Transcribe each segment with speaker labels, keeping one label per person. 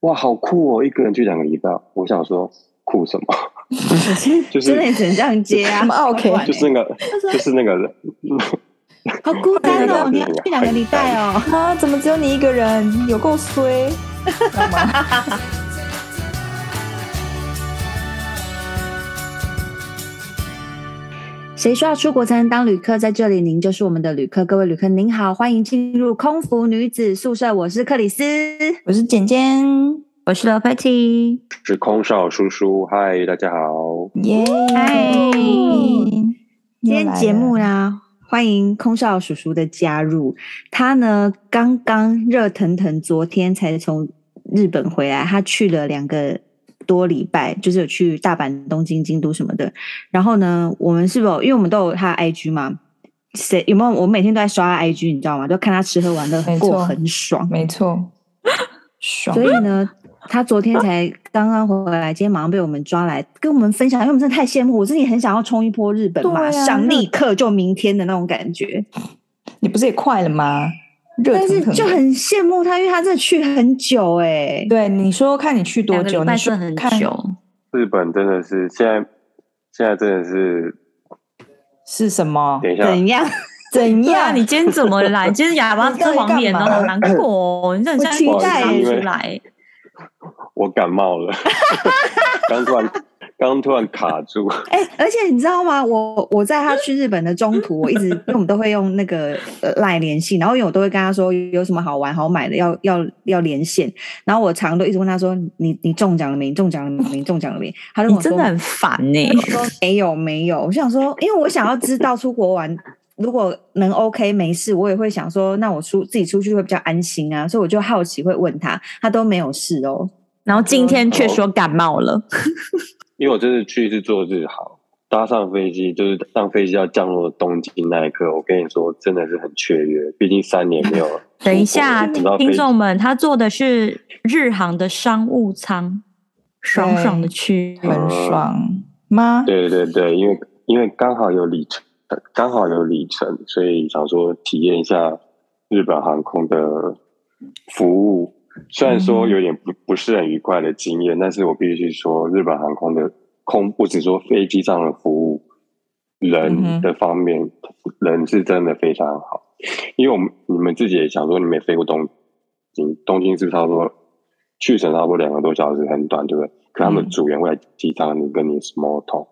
Speaker 1: 哇，好酷哦！一个人去两个礼拜，我想说酷什么？就是
Speaker 2: 真的也只能这样接啊
Speaker 3: 什么 OK
Speaker 2: 不 然欸
Speaker 1: 就是那个，
Speaker 2: 他说
Speaker 1: 就是那个人，
Speaker 2: 好孤单
Speaker 1: 那
Speaker 2: 哦
Speaker 1: 个，
Speaker 2: 你要去两个礼拜哦。
Speaker 3: 啊，怎么只有你一个人？有够衰，知道吗？
Speaker 2: 谁说要出国才能当旅客？在这里，您就是我们的旅客。各位旅客，您好，欢迎进入空服女子宿舍。我是克里斯，
Speaker 3: 我是简简，
Speaker 2: 嗯
Speaker 4: 我是罗佩蒂，
Speaker 1: 是空少叔叔。嗨，大家好。
Speaker 3: 耶！
Speaker 4: 嗨
Speaker 2: 今
Speaker 3: 又
Speaker 2: 天
Speaker 3: 来
Speaker 2: 节目
Speaker 3: 了
Speaker 2: 啦，欢迎空少叔叔的加入。他呢，刚刚热腾腾，昨天才从日本回来，他去了两个多礼拜，就是有去大阪、东京、京都什么的。然后呢，我们是否因为我们都有他的 IG 嘛？谁有没有？我每天都在刷他 IG，你知道吗？都看他吃喝玩乐
Speaker 3: 没，错
Speaker 2: 过很爽。
Speaker 3: 没错，爽
Speaker 2: 所以呢，他昨天才刚刚回来，今天马上被我们抓来跟我们分享，因为我们真的太羡慕，我真的也很想要冲一波日本，
Speaker 3: 对啊
Speaker 2: 马上
Speaker 3: 那
Speaker 2: 立刻就明天的那种感觉。
Speaker 3: 你不是也快了吗？热腾
Speaker 2: 但是
Speaker 3: 腾的，
Speaker 2: 就很羡慕他，因为他真的去很久哎、
Speaker 3: 对。你说说看你去多
Speaker 4: 两个
Speaker 3: 久？
Speaker 4: 礼
Speaker 3: 你
Speaker 4: 拜
Speaker 3: 说
Speaker 4: 真的很
Speaker 3: 看
Speaker 4: 久，
Speaker 1: 日本真的是现在，现在真的是，
Speaker 3: 是什么？
Speaker 1: 等一下，
Speaker 2: 怎样？
Speaker 3: 怎
Speaker 4: 对啊，
Speaker 3: 样？
Speaker 4: 你今天怎么了啦？你今天哑巴
Speaker 3: 你
Speaker 4: 吃
Speaker 3: 到底
Speaker 4: 黄脸哦，
Speaker 3: 干嘛
Speaker 4: 好难过哦！你这很像
Speaker 2: 我期
Speaker 1: 待
Speaker 4: 哭
Speaker 1: 耶
Speaker 4: 出来，
Speaker 1: 我感冒了， 刚突然，刚突然卡住。
Speaker 2: 哎、而且你知道吗？我我在他去日本的中途，我一直因为我们都会用那个呃赖联系，然后因为我都会跟他说有什么好玩好买的要要要连线，然后我常都一直问他说你你中奖了没？你中奖了没？你中奖了没？他就跟
Speaker 4: 你
Speaker 2: 我说
Speaker 4: 真的很烦呢。
Speaker 2: 我说没有没有，我想说，因为我想要知道出国玩，如果能 OK 没事，我也会想说，那我出自己出去会比较安心啊，所以我就好奇会问他，他都没有事哦。
Speaker 4: 然后今天却说感冒了，
Speaker 1: 因为我这次去是做日航，搭上飞机就是上飞机要降落东京那一刻，我跟你说真的是很雀跃，毕竟三年没有出国了。
Speaker 4: 等一下，
Speaker 1: 你知道飞
Speaker 4: 听众们，他坐的是日航的商务舱，爽爽的去。
Speaker 3: 很爽吗？
Speaker 1: 对对对，因为因为刚好有里程，刚好有里程，所以想说体验一下日本航空的服务。虽然
Speaker 3: 嗯
Speaker 1: 说有点不不是很愉快的经验，但是我必须说，日本航空的空不只说飞机上的服务，
Speaker 3: 嗯
Speaker 1: 人
Speaker 3: 哼
Speaker 1: 的方面，人是真的非常好。因为我们你们自己也想说，你们也飞过东京，东京是不是差不多去程差不多两个多小时，很短，对不对？可他们
Speaker 3: 嗯
Speaker 1: 组员会来机场你跟你 small talk，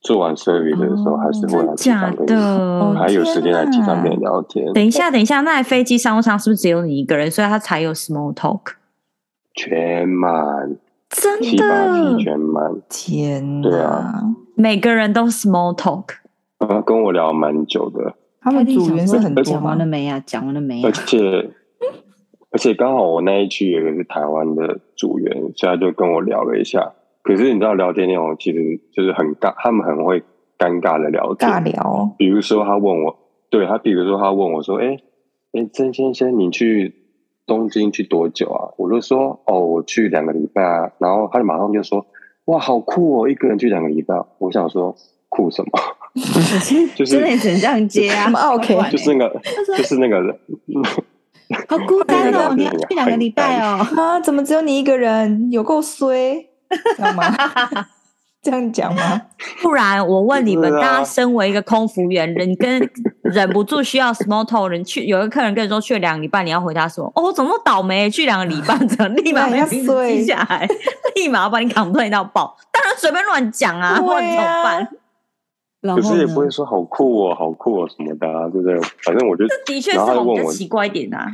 Speaker 1: 做完 service 的时候
Speaker 4: 哦
Speaker 1: 还是会来
Speaker 4: 真
Speaker 1: 机
Speaker 4: 假
Speaker 1: 场跟你，
Speaker 4: 的？
Speaker 1: 还有时间来机场跟你
Speaker 3: 天
Speaker 1: 聊天，
Speaker 4: 等一下，等一下，那飞机商务舱是不是只有你一个人，所以他才有 small talk？
Speaker 1: 全满
Speaker 4: 真
Speaker 1: 七八
Speaker 4: 的
Speaker 1: 七，全满，
Speaker 3: 天
Speaker 1: 对啊
Speaker 3: 哪！
Speaker 4: 每个人都 small talk。
Speaker 1: 然后啊跟我聊蛮久的，
Speaker 3: 他们
Speaker 2: 一定
Speaker 3: 组员
Speaker 2: 想说
Speaker 3: 是很多
Speaker 2: 讲
Speaker 3: 吗
Speaker 2: 完了？没啊？讲完了没、啊
Speaker 1: 而？且。 而且刚好我那一区有一个是台湾的组员，所以他就跟我聊了一下。可是你知道，聊天内容其实就是很尬，他们很会尴尬的聊天，
Speaker 3: 尬聊，
Speaker 1: 比如说他问我，对他，比如说他问我说，哎、哎、曾先生，你去东京去多久啊？我就说，哦，我去两个礼拜啊。然后他就马上就说，哇，好酷哦，一个人去两个礼拜。我想说，酷什么？就是
Speaker 2: 真的也只能这样接啊
Speaker 3: 什么。OK？
Speaker 2: 不然欸
Speaker 1: 就是那个，
Speaker 2: 他说
Speaker 1: 就是那个人，
Speaker 2: 好孤单哦，
Speaker 1: 对
Speaker 2: 你要去两个礼拜哦。
Speaker 3: 啊，怎么只有你一个人？有够衰， 知道吗？ 这样讲吗？
Speaker 4: 不然我问你们，
Speaker 1: 是啊
Speaker 4: 大家身为一个空服员，人跟忍不住需要 small talk，人去有一个客人跟你说去了两个礼拜，你要回答说哦，我怎么那么倒霉，去两个礼拜，怎么立马
Speaker 1: 啊
Speaker 3: 对
Speaker 4: 把
Speaker 3: 要
Speaker 4: 你名字
Speaker 3: 碎
Speaker 4: 记下来，立马把你 complain 到爆。当然随便乱讲啊，
Speaker 3: 对啊
Speaker 4: 不然怎么办？
Speaker 2: 然
Speaker 1: 可
Speaker 2: 后
Speaker 1: 是也
Speaker 2: 呢
Speaker 1: 不？会说好酷哦，好酷哦什么的、啊，对不对？反正我就，
Speaker 4: 的确是
Speaker 1: 然后他
Speaker 4: 我们
Speaker 1: 问
Speaker 4: 比较
Speaker 1: 我
Speaker 4: 奇怪一点啊。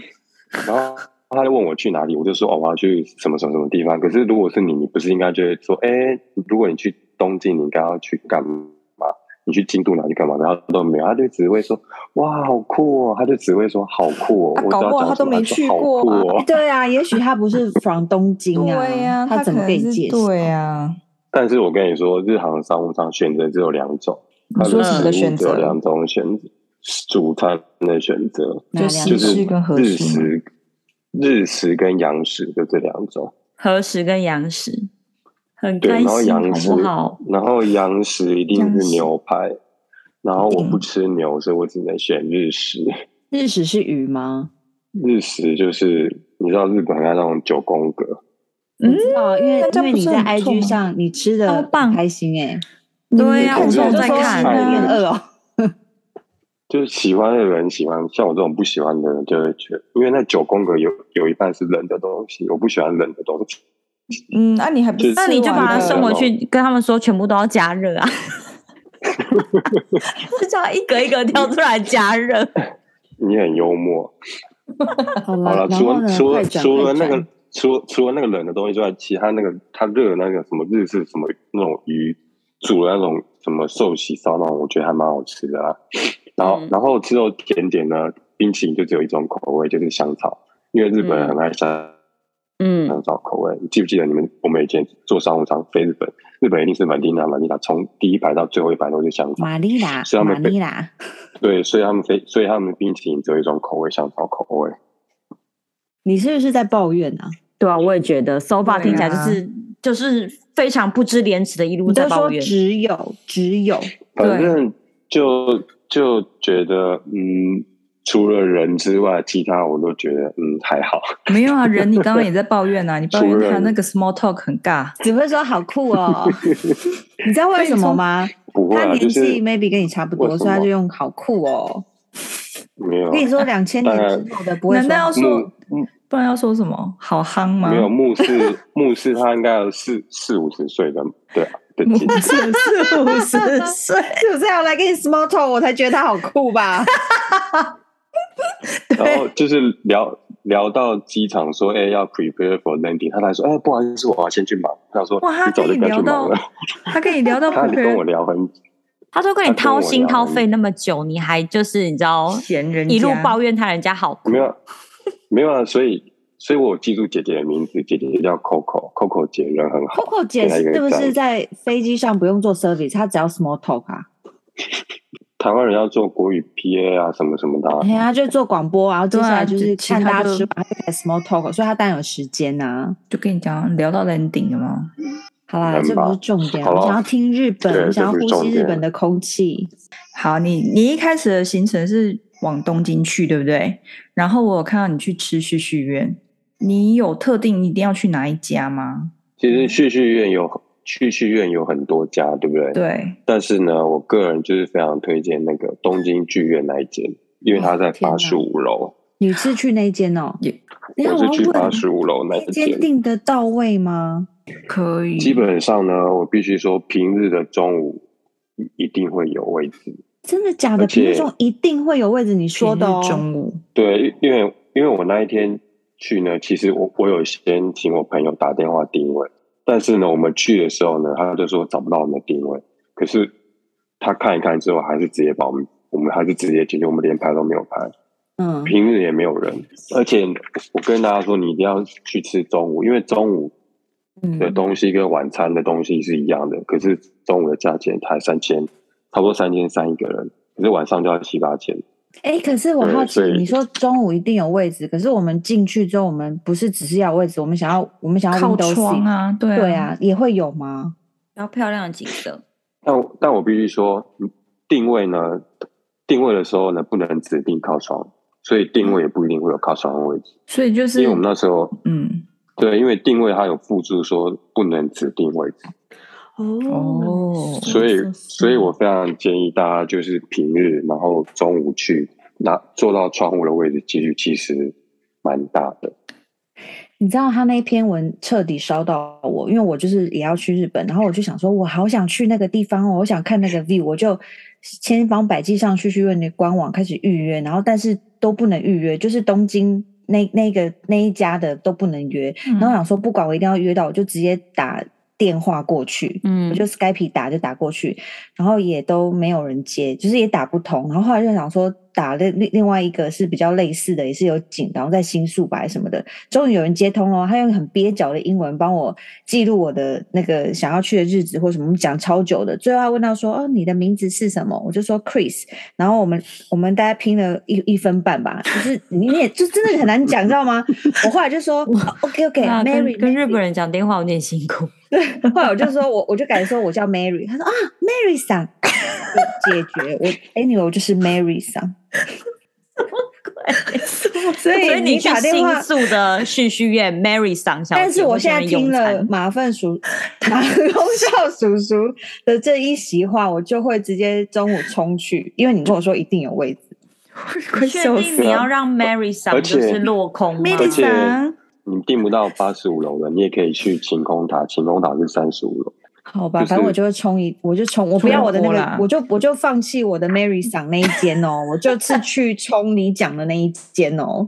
Speaker 1: 然后他就问我去哪里，我就说哦，我要去什么什么什么地方。可是如果是你，你不是应该就会说，哎、如果你去东京，你应该要去干嘛？你去京都哪里干嘛？然后他都没有，他就只会说哇，好酷哦，他就只会说好酷哦。
Speaker 3: 啊
Speaker 1: 我
Speaker 3: 搞
Speaker 1: 只要
Speaker 3: 不好
Speaker 1: 讲
Speaker 3: 他
Speaker 1: 什
Speaker 3: 都
Speaker 1: 么
Speaker 3: 没
Speaker 1: 就
Speaker 3: 去
Speaker 1: 好
Speaker 3: 过
Speaker 1: 酷
Speaker 3: 啊
Speaker 1: 哦。
Speaker 2: 对啊，也许他不是 from 东京啊，
Speaker 3: 对呀，
Speaker 2: 他
Speaker 3: 可
Speaker 2: 怎么
Speaker 3: 能
Speaker 2: 给你
Speaker 3: 是
Speaker 2: 介绍？
Speaker 3: 对啊呀，
Speaker 1: 但是我跟你说，日航商务舱选择只有两种，它
Speaker 3: 你说
Speaker 4: 什么
Speaker 1: 的
Speaker 3: 的
Speaker 1: 食物
Speaker 3: 选
Speaker 1: 只有
Speaker 3: 择
Speaker 1: 两种选择，主餐的选择
Speaker 2: 哪
Speaker 3: 就
Speaker 2: 两
Speaker 3: 西
Speaker 1: 就
Speaker 2: 种
Speaker 1: 是
Speaker 3: 式跟和
Speaker 1: 日
Speaker 3: 式吗
Speaker 1: 食、日食跟洋食就这两种。
Speaker 4: 何时跟杨时很
Speaker 1: 对，
Speaker 4: 开
Speaker 1: 然后
Speaker 4: 心，好
Speaker 1: 洋食
Speaker 4: 不好？，
Speaker 1: 然后洋食一定
Speaker 3: 洋
Speaker 1: 是
Speaker 3: 食
Speaker 1: 牛排，然后我
Speaker 3: 一定
Speaker 1: 不吃牛，所以我只能选日食。
Speaker 2: 日食是鱼吗？
Speaker 1: 日食就是你知道日本它那种九宫格，
Speaker 2: 我
Speaker 4: 嗯
Speaker 2: 知道，因为
Speaker 3: 嗯那这
Speaker 2: 因
Speaker 3: 样
Speaker 2: 为
Speaker 3: 不
Speaker 2: 你
Speaker 3: 是
Speaker 2: 在
Speaker 3: 很
Speaker 2: IG
Speaker 3: 痛吗
Speaker 2: 上你吃的
Speaker 4: 超棒
Speaker 2: 开心哎，
Speaker 1: 嗯
Speaker 4: 对啊呀
Speaker 3: 你看起来
Speaker 1: 我
Speaker 3: 就
Speaker 1: 在
Speaker 3: 说
Speaker 1: 看
Speaker 3: 是
Speaker 2: 很
Speaker 3: 啊
Speaker 2: 饿哦。
Speaker 1: 就是喜欢的人喜欢，像我这种不喜欢的人就会觉得，因为那九宫格有有一半是冷的东西，我不喜欢冷的东西。
Speaker 3: 嗯，那你还不
Speaker 1: 就是
Speaker 3: 吃
Speaker 4: 那你就把它
Speaker 3: 完了
Speaker 4: 送回去，跟他们说全部都要加热 啊，就叫他一格一格挑出来加热。
Speaker 1: 你很幽默。
Speaker 2: 好
Speaker 1: 好了，
Speaker 2: 了，然
Speaker 1: 除
Speaker 2: 后
Speaker 1: 了除了除了
Speaker 2: 呢？快转快
Speaker 1: 那个
Speaker 2: 转
Speaker 1: 除了除了那个冷的东西之外，其他那个它热的那个什么日式什么那种鱼煮的那种什么寿喜烧那种，我觉得还蛮好吃的啊。然后
Speaker 4: 嗯
Speaker 1: 然后吃到甜点呢，冰淇淋就只有一种口味，就是香草，因为日本人很爱香。
Speaker 4: 嗯，
Speaker 1: 香草口味。你记不记得你们我们以前坐商务舱飞日本，日本一定是满地拿满地拿，啊从第一排到最后一排都是香草。
Speaker 2: 玛丽拉
Speaker 1: 是，他
Speaker 2: 玛
Speaker 1: 们被
Speaker 2: 丽拉，
Speaker 1: 对，所以他们飞，所以他们冰淇淋只有一种口味，香草口味。
Speaker 2: 你是不是在抱怨啊？
Speaker 4: 对啊，我也觉得 so
Speaker 3: 对啊
Speaker 4: far 听起来就是就是非常不知廉耻的一路
Speaker 2: 你
Speaker 4: 在
Speaker 2: 就
Speaker 4: 抱
Speaker 2: 说
Speaker 4: 怨。
Speaker 2: 只有只有，
Speaker 1: 反正就就觉得，嗯，除了人之外，其他我都觉得，嗯，还好。
Speaker 3: 没有啊，人你刚刚也在抱怨啊，你抱
Speaker 1: 除
Speaker 3: 怨
Speaker 1: 了
Speaker 3: 他那个 small talk 很尬，
Speaker 2: 只会说好酷 哦。你知道为什么吗？
Speaker 1: 不会
Speaker 2: 他
Speaker 1: 啊，
Speaker 2: 年
Speaker 1: 就
Speaker 2: 纪
Speaker 1: 是
Speaker 2: maybe 跟你差不
Speaker 1: 为
Speaker 2: 多，
Speaker 1: 什
Speaker 2: 所以他
Speaker 1: 么
Speaker 2: 就用好酷哦。
Speaker 1: 没有
Speaker 2: 我跟你说，两千年
Speaker 1: 当然
Speaker 2: 之后的不会
Speaker 3: 难
Speaker 2: 说
Speaker 3: 道要
Speaker 2: 好酷
Speaker 3: 说
Speaker 1: 木
Speaker 3: 嗯，不然要说什么好夯吗？
Speaker 1: 没有牧师，牧师他应该有四四五十岁的，对啊，的
Speaker 3: 我
Speaker 1: 经
Speaker 3: 只是五十岁，
Speaker 2: 是不是要来跟你 small talk，我才觉得他好酷 吧？
Speaker 1: 然后就是聊聊到机场说，哎、要 prepare for landing，他才说，哎、不好意思，我要先去忙。他说，
Speaker 3: 哇他
Speaker 1: 你早就
Speaker 3: 跟你
Speaker 1: 不要去
Speaker 3: 聊到
Speaker 1: 忙了。
Speaker 3: 他跟你聊到
Speaker 1: 他跟我
Speaker 3: prepare
Speaker 1: 聊 很，
Speaker 4: 他都跟你
Speaker 1: 他跟
Speaker 4: 掏
Speaker 1: 我
Speaker 4: 心
Speaker 1: 聊
Speaker 4: 掏
Speaker 1: 了
Speaker 4: 肺那么久，你还就是你知道
Speaker 3: 闲人
Speaker 4: 一路
Speaker 3: 家
Speaker 4: 抱怨他人家好酷
Speaker 1: 没，有没有啊，所以所以我有记住姐姐的名字，姐姐叫 Coco，Coco 姐人很好。
Speaker 2: Coco 姐
Speaker 1: 给他一个
Speaker 2: 是不
Speaker 1: 赞
Speaker 2: 是在飞机上不用做 service，她只要 small talk 啊？
Speaker 1: 台湾人要做国语 PA 啊，什么什么的啊、
Speaker 2: 哎呀，她就做广播啊，然后接
Speaker 3: 对啊
Speaker 2: 下来就是
Speaker 3: 其
Speaker 2: 看大
Speaker 3: 他
Speaker 2: 家
Speaker 3: 就
Speaker 2: 吃完，她就开始 small talk，所以她当然有时间呐。
Speaker 3: 就跟你讲聊到 landing 了吗？
Speaker 2: 好啦，
Speaker 1: 嗯
Speaker 2: 这不是重点，
Speaker 1: 好
Speaker 2: 我
Speaker 1: 了
Speaker 2: 想要听日
Speaker 1: 对
Speaker 2: 本，我想要
Speaker 1: 这不
Speaker 2: 呼
Speaker 1: 是重
Speaker 2: 吸日
Speaker 1: 点
Speaker 2: 本的空气。
Speaker 3: 好，你你一开始的行程是往东京去，对不对？然后我有看到你去吃旭旭苑，你有特定一定要去哪一家吗？
Speaker 1: 其实旭旭苑有旭旭苑有很多家，对不对？
Speaker 3: 对，
Speaker 1: 但是呢，我个人就是非常推荐那个东京剧院那一间，因为它在
Speaker 2: 天哪
Speaker 1: 八十五楼，
Speaker 2: 你是去那一间哦？
Speaker 3: 也
Speaker 2: 等一下
Speaker 1: 我
Speaker 2: 我
Speaker 1: 是
Speaker 2: 要
Speaker 1: 去八
Speaker 2: 问，
Speaker 1: 十五楼那
Speaker 2: 那
Speaker 1: 一
Speaker 2: 一
Speaker 1: 间
Speaker 2: 间。订得到位吗？
Speaker 3: 可以。
Speaker 1: 基本上呢，我必须说，平日的中午一定会有位置。
Speaker 2: 真的假的？
Speaker 1: 而且
Speaker 2: 评论中一定会有位置，你说的
Speaker 3: 平
Speaker 2: 哦
Speaker 3: 日。中午，
Speaker 1: 对，因因为因为我那一天去呢，其实我我有先请我朋友打电话定位，但是呢，我们去的时候呢，他就说找不到我们的定位。可是他看一看之后，还是直接把我们，我们还是直接进去，我们连拍都没有拍。
Speaker 2: 嗯，
Speaker 1: 平日也没有人，而且我跟大家说，你一定要去吃中午，因为中午
Speaker 2: 嗯
Speaker 1: 的东西跟晚餐的东西是一样的，可是中午的价钱才三千，差不多三千三一个人，可是晚上就要七八千。
Speaker 2: 哎，可是我
Speaker 1: 对
Speaker 2: 好奇
Speaker 1: 所，以
Speaker 2: 你说中午一定有位置，可是我们进去之后，我们不是只是要位置，我们想要我们想要
Speaker 3: 靠
Speaker 2: window seat，
Speaker 3: 窗、啊，对啊，
Speaker 2: 对啊，也会有吗？
Speaker 4: 然后漂亮的景色，
Speaker 1: 但我但我必须说，定位呢，定位的时候呢，不能指定靠窗，所以定位也不一定会有靠窗的位置，
Speaker 3: 所以就
Speaker 1: 因
Speaker 3: 是
Speaker 1: 为我们那时候
Speaker 3: 嗯，
Speaker 1: 对，因为定位它有附注说不能指定位置。
Speaker 3: 哦
Speaker 1: 所以
Speaker 3: 是，是
Speaker 1: 所以我非常建议大家就是平日，然后中午去拿坐到窗户的位置，几率其实蛮大的。
Speaker 2: 你知道他那篇文彻底烧到我，因为我就是也要去日本，然后我就想说，我好想去那个地方哦，我想看那个 view，我就千方百计上旭旭苑的官网开始预约，然后但是都不能预约，就是东京那那个那一家的都不能约，然后我想说不管我一定要约到，我就直接打电话过去，
Speaker 4: 嗯
Speaker 2: 我就 Skype 打就打过去，然后也都没有人接，就是也打不通。然后后来就想说打另另另外一个是比较类似的，也是有紧，然后在新宿吧还是什么的，终于有人接通了，他用很蹩脚的英文帮我记录我的那个想要去的日子或什么，我们讲超久的。最后他问到说：“哦，你的名字是什么？”我就说 Chris，然后我们我们大概拼了一一分半吧，就是你也就真的很难讲，知道吗？我后来就说哦 OK
Speaker 4: 对啊，跟
Speaker 2: OK，Mary、
Speaker 4: 跟日本人讲电话有点辛苦。
Speaker 2: 后来我就说我我就改说我叫 Mary，他说啊 Mary 桑，就解决我 anyway 我就是 Mary 桑，所
Speaker 4: 所以
Speaker 2: 以
Speaker 4: 你去
Speaker 2: 打电
Speaker 4: 新
Speaker 2: 话。
Speaker 4: 宿的旭旭苑 Mary 赏小姐，
Speaker 2: 但是我现在听了马粪叔、马 空少叔叔的这一席话，我就会直接中午冲去，因为你跟我说一定有位置。
Speaker 3: 快
Speaker 4: 确
Speaker 3: 笑死
Speaker 4: 定你要让 Mary 赏
Speaker 1: 而
Speaker 4: 就
Speaker 1: 且
Speaker 4: 是落空吗？
Speaker 1: 而且
Speaker 3: Melissa
Speaker 1: 你订不到八十五楼的，你也可以去晴空塔，晴空塔是三十五楼。
Speaker 2: 好吧，
Speaker 1: 就是
Speaker 2: 反正我就会冲一，我就冲，我不要我的那
Speaker 3: 冲一波
Speaker 2: 个
Speaker 3: 啦，
Speaker 2: 我就我就放弃我的 Mary 赏那一间哦，我就是去冲你讲的那一间哦。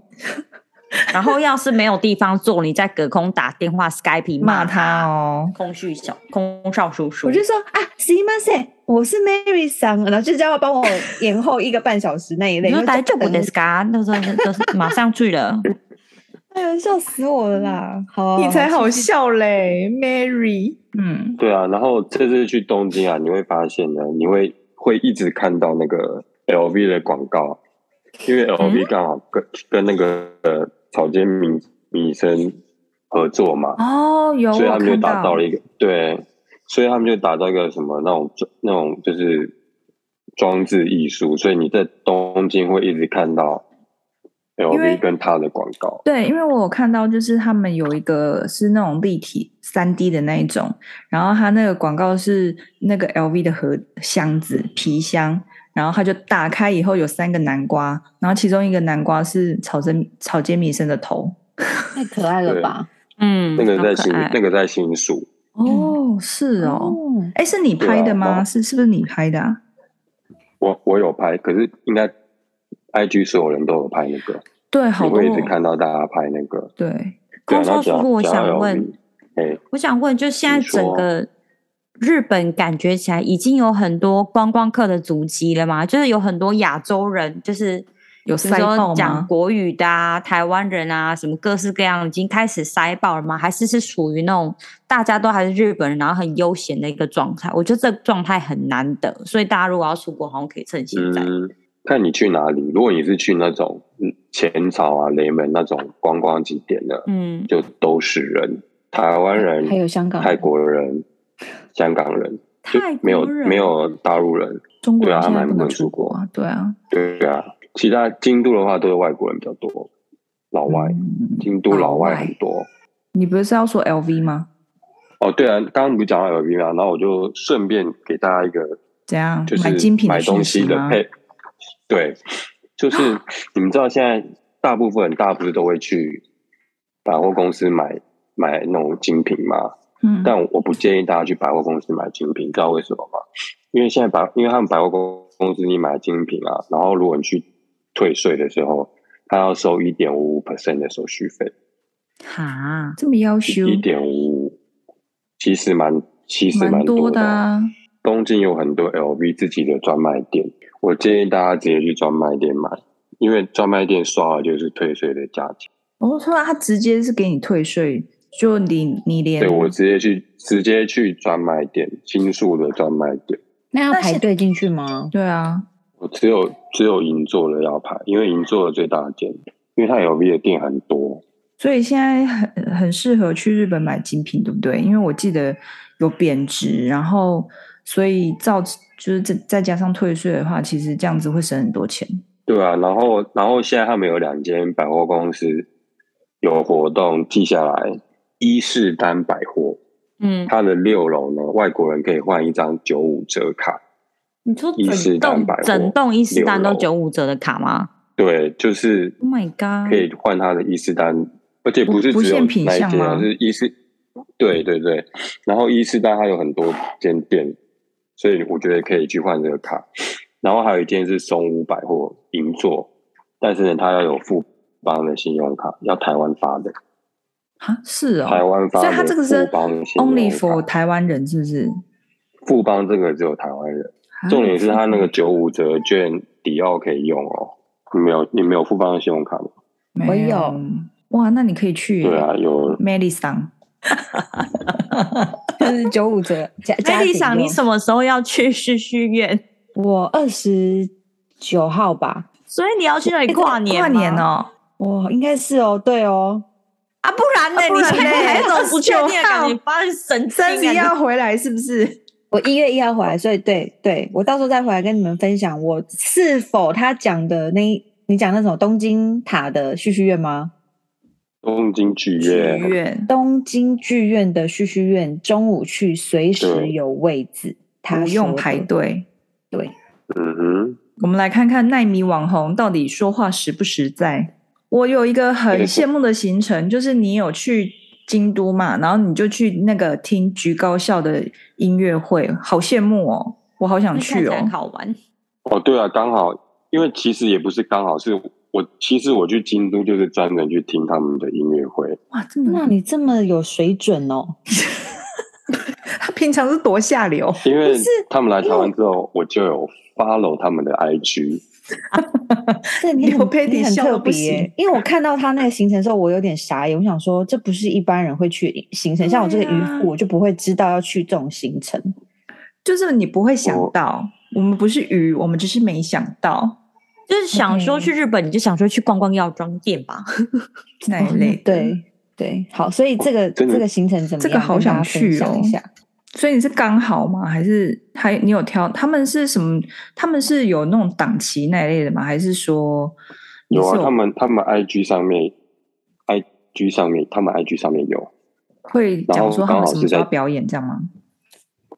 Speaker 4: 然后要是没有地方坐，你再隔空打电话 Skype
Speaker 3: 骂他
Speaker 4: 他，
Speaker 3: 哦，
Speaker 4: 空虚小空少叔叔
Speaker 2: 我，就说啊，すいません，我是 Mary 桑，然后就叫他帮我延后一个半小时那一类。
Speaker 4: 你说
Speaker 2: 我
Speaker 4: 来就
Speaker 2: 就
Speaker 4: 不啊
Speaker 2: 等
Speaker 4: d i s c a 那 时候就是马上去了。
Speaker 2: 哎呦，笑死我了啦！好啊，
Speaker 3: 你才好笑嘞，Mary。嗯，
Speaker 1: 对啊，然后这次去东京啊，你会发现呢，你会会一直看到那个 LV 的广告，因
Speaker 3: 嗯
Speaker 1: 为 LV 刚好跟、跟那个呃草间弥弥生合作嘛，
Speaker 3: 哦，有
Speaker 1: 所以他
Speaker 3: 我
Speaker 1: 们就
Speaker 3: 看
Speaker 1: 打
Speaker 3: 到
Speaker 1: 造了一个对，所以他们就打造一个什么那种那种就是装置艺术，所以你在东京会一直看到
Speaker 3: 因为
Speaker 1: LV 跟他的广告。
Speaker 3: 对，因为我有看到，就是他们有一个是那种立体三 D 的那一种，然后它那个广告是那个 LV 的盒箱子皮箱，然后它就打开以后有三个南瓜，然后其中一个南瓜是草间草间弥生的头。
Speaker 2: 太可爱了吧？
Speaker 4: 嗯，
Speaker 1: 那个
Speaker 4: 好
Speaker 1: 在
Speaker 4: 可
Speaker 1: 新
Speaker 4: 爱
Speaker 1: 那个在新宿，
Speaker 3: 哦，是哦，
Speaker 2: 哦，
Speaker 3: 哎，是你
Speaker 1: 对
Speaker 3: 拍
Speaker 1: 啊
Speaker 3: 的
Speaker 1: 然
Speaker 3: 吗？
Speaker 1: 后
Speaker 3: 是是不是你拍的啊？
Speaker 1: 我我有拍，可是应该 IG 所有人都有拍那个，
Speaker 3: 对，好
Speaker 1: 你
Speaker 3: 多
Speaker 1: 会一直
Speaker 3: 哦
Speaker 1: 看到大家拍那个。
Speaker 3: 对，
Speaker 1: 对啊
Speaker 4: 空，
Speaker 1: 然
Speaker 4: 少
Speaker 1: 后
Speaker 4: 叔
Speaker 1: 讲
Speaker 4: 叔，我
Speaker 1: 讲到
Speaker 4: 想
Speaker 1: LV
Speaker 4: 问，
Speaker 1: 哎，
Speaker 4: 我想问，就现在
Speaker 1: 你说
Speaker 4: 整个日本感觉起来已经有很多观光客的足迹了嘛？就是有很多亚洲人，就是
Speaker 3: 有
Speaker 4: 比
Speaker 3: 塞
Speaker 4: 如
Speaker 3: 爆
Speaker 4: 说讲
Speaker 3: 吗？
Speaker 4: 国语的啊、台湾人啊，什么各式各样，已经开始塞爆了吗？还是是属于那种大家都还是日本人，然后很悠闲的一个状态？我觉得这个状态很难得，所以大家如果要出国，好像可以趁现在。
Speaker 1: 嗯，看你去哪里。如果你是去那种嗯浅草啊、雷门那种观光景点的，
Speaker 4: 嗯，
Speaker 1: 就都是人，台湾人、
Speaker 2: 还有香港
Speaker 1: 泰国人、香港人，就
Speaker 4: 泰国
Speaker 1: 没有
Speaker 4: 人
Speaker 1: 没有大陆人。
Speaker 3: 中国
Speaker 1: 对啊
Speaker 3: 人现
Speaker 1: 他
Speaker 3: 在
Speaker 1: 们
Speaker 3: 不
Speaker 1: 不
Speaker 3: 能
Speaker 1: 能
Speaker 3: 出
Speaker 1: 出
Speaker 3: 国啊，对啊，
Speaker 1: 对啊，其他京都的话都是外国人比较多，老外，
Speaker 3: 嗯
Speaker 1: 京都老
Speaker 3: 老外
Speaker 1: 外很多。
Speaker 3: 你不是要说 LV 吗？
Speaker 1: 哦，对啊，刚刚不是讲到 LV 嘛，然后我就顺便给大家一个
Speaker 3: 怎样？
Speaker 1: 就
Speaker 3: 买
Speaker 1: 是
Speaker 3: 精品
Speaker 1: 买
Speaker 3: 讯
Speaker 1: 东
Speaker 3: 息
Speaker 1: 西的
Speaker 3: 吗？
Speaker 1: 配，对，就是 你们知道现在大部分人大家不是都会去百货公司买买那种精品吗？
Speaker 3: 嗯，
Speaker 1: 但我不建议大家去百货公司买精品，你知道为什么吗？因为现在百，因为他们百货公公司你买精品啊，然后如果你去退税的时候，他要收一点五五 percent 的手续费，
Speaker 4: 哈，
Speaker 3: 这么要求
Speaker 1: 一点五五，其实蛮其实
Speaker 3: 蛮
Speaker 1: 蛮
Speaker 3: 多
Speaker 1: 的
Speaker 3: 的、
Speaker 1: 啊。
Speaker 3: 啊。
Speaker 1: 东京有很多 LV 自己的专卖店，我建议大家直接去专卖店买，因为专卖店刷的就是退税的价钱。
Speaker 3: 我说他直接是给你退税，就你你连
Speaker 1: 对我直接去直接去专卖店，新宿的专卖店，
Speaker 2: 那要
Speaker 3: 但是
Speaker 2: 排队进去吗？
Speaker 3: 对啊，
Speaker 1: 我只有只有银座的要排，因为银座的最大间，因为它 LV 的店很多。
Speaker 3: 所以现在很很适合去日本买精品，对不对？因为我记得有贬值，然后所以造就是再再加上退税的话，其实这样子会省很多钱。
Speaker 1: 对啊，然后然后现在他们有两间百货公司有活动，记下来，伊势丹百货，
Speaker 4: 嗯，
Speaker 1: 它的六楼呢，外国人可以换一张九五折卡，
Speaker 4: 你说
Speaker 1: 伊
Speaker 4: 整
Speaker 1: 势丹
Speaker 4: 栋
Speaker 1: 百货
Speaker 4: 整栋伊势丹都
Speaker 1: 六楼
Speaker 4: 九五折的卡吗
Speaker 1: 对，就是
Speaker 4: ？Oh my god！
Speaker 1: 可以换他的伊斯丹，而且不是
Speaker 3: 不
Speaker 1: 只有
Speaker 3: 限品
Speaker 1: 那一
Speaker 3: 项
Speaker 1: 间
Speaker 3: 吗
Speaker 1: 啊，是伊斯，对对对。然后伊斯丹它有很多间店，所以我觉得可以去换这个卡。然后还有一间是松屋百货银座，但是呢，它要有富邦的信用卡，要台湾发的，
Speaker 3: 啊，是
Speaker 1: 台
Speaker 3: 哦，
Speaker 1: 湾发
Speaker 3: 所以
Speaker 1: 的
Speaker 3: 他这个是
Speaker 1: 富邦信
Speaker 3: only
Speaker 1: 用
Speaker 3: for
Speaker 1: 卡。
Speaker 3: 台湾人，是不是？
Speaker 1: 富邦这个只有台湾人，重点是他那个九五折券迪奥可以用哦。你没有你没有富邦的信用卡吗？
Speaker 3: 没
Speaker 2: 我有
Speaker 3: 哇，那你可以去耶
Speaker 1: 对啊，有
Speaker 3: m e l i
Speaker 2: 哎
Speaker 3: s a
Speaker 2: 就是九五折 加加
Speaker 4: 艾丽莎，
Speaker 2: 赏
Speaker 4: 你什么时候要去旭旭苑？
Speaker 2: 我二十九号吧，
Speaker 4: 所以你要去那里跨年？
Speaker 3: 哎跨年？哦，
Speaker 2: 我应该是哦，对哦，
Speaker 4: 啊，不然呢？
Speaker 3: 啊不
Speaker 4: 你
Speaker 3: 然
Speaker 4: 现在
Speaker 3: 呢
Speaker 4: 还有种不确定的感
Speaker 3: 29号
Speaker 4: 觉，发生神 经
Speaker 3: 三十
Speaker 4: 啊！
Speaker 3: 要回来是不是？
Speaker 2: 我一月一号回来，所以对对，我到时候再回来跟你们分享，我是否他讲的那一你讲那种东京塔的旭旭院吗？
Speaker 1: 东京剧
Speaker 3: 剧
Speaker 1: 院，
Speaker 3: 院
Speaker 2: 东京剧院的旭旭院，中午去随时
Speaker 1: 对
Speaker 2: 有位置，他
Speaker 3: 不用
Speaker 2: 说的
Speaker 3: 排。队。
Speaker 2: 对，
Speaker 1: 嗯哼，
Speaker 3: 我们来看看奈米网红到底说话实不实在。我有一个很
Speaker 1: 没错
Speaker 3: 羡慕的行程，就是你有去京都嘛，然后你就去那个听橘高校的音乐会，好羡慕哦，我好想
Speaker 4: 那看
Speaker 3: 去
Speaker 4: 起来
Speaker 3: 哦
Speaker 4: 很。好玩。
Speaker 1: 哦，对啊，刚好，因为其实也不是刚好，是我其实我去京都就是专门去听他们的音乐会，
Speaker 3: 哇，真的吗
Speaker 2: 那？你这么有水准 哦，
Speaker 3: 他平常是多下流，
Speaker 1: 因为
Speaker 2: 不是
Speaker 1: 他们来台湾之后，我就有 follow 他们的 IG，
Speaker 2: 这你
Speaker 3: 刘
Speaker 2: 很
Speaker 3: 佩
Speaker 2: 你
Speaker 3: 迪
Speaker 2: 很
Speaker 3: 笑
Speaker 2: 特
Speaker 3: 到不
Speaker 2: 别
Speaker 3: 行
Speaker 2: 耶，因为我看到他那个行程的时候，我有点傻眼，我想说这不是一般人会去的行程，像我这个
Speaker 3: 对
Speaker 2: 渔
Speaker 3: 啊
Speaker 2: 夫，我就不会知道要去这种行程。
Speaker 3: 就是你不会想
Speaker 1: 我
Speaker 3: 到，我们不是鱼，我们只是没想到
Speaker 4: 就是想说去日本，你就想说去逛逛药妆店吧。
Speaker 3: 那一类的。
Speaker 2: 哦对对，好，所以这个
Speaker 1: 真的
Speaker 2: 这个行程怎么样？
Speaker 3: 这个好
Speaker 2: 跟大家
Speaker 3: 想去
Speaker 2: 分享
Speaker 3: 哦
Speaker 2: 一下。
Speaker 3: 所以你是刚好吗？还是还你有挑？他们是什么？他们是有那种档期那一类的吗？还是说你
Speaker 1: 有
Speaker 3: 是
Speaker 1: 啊，他们他们 IG 上面，IG 上面，他们 IG 上面有，
Speaker 3: 会讲说他们
Speaker 1: 然后刚好
Speaker 3: 什么时候
Speaker 1: 是在
Speaker 3: 要表演这样吗？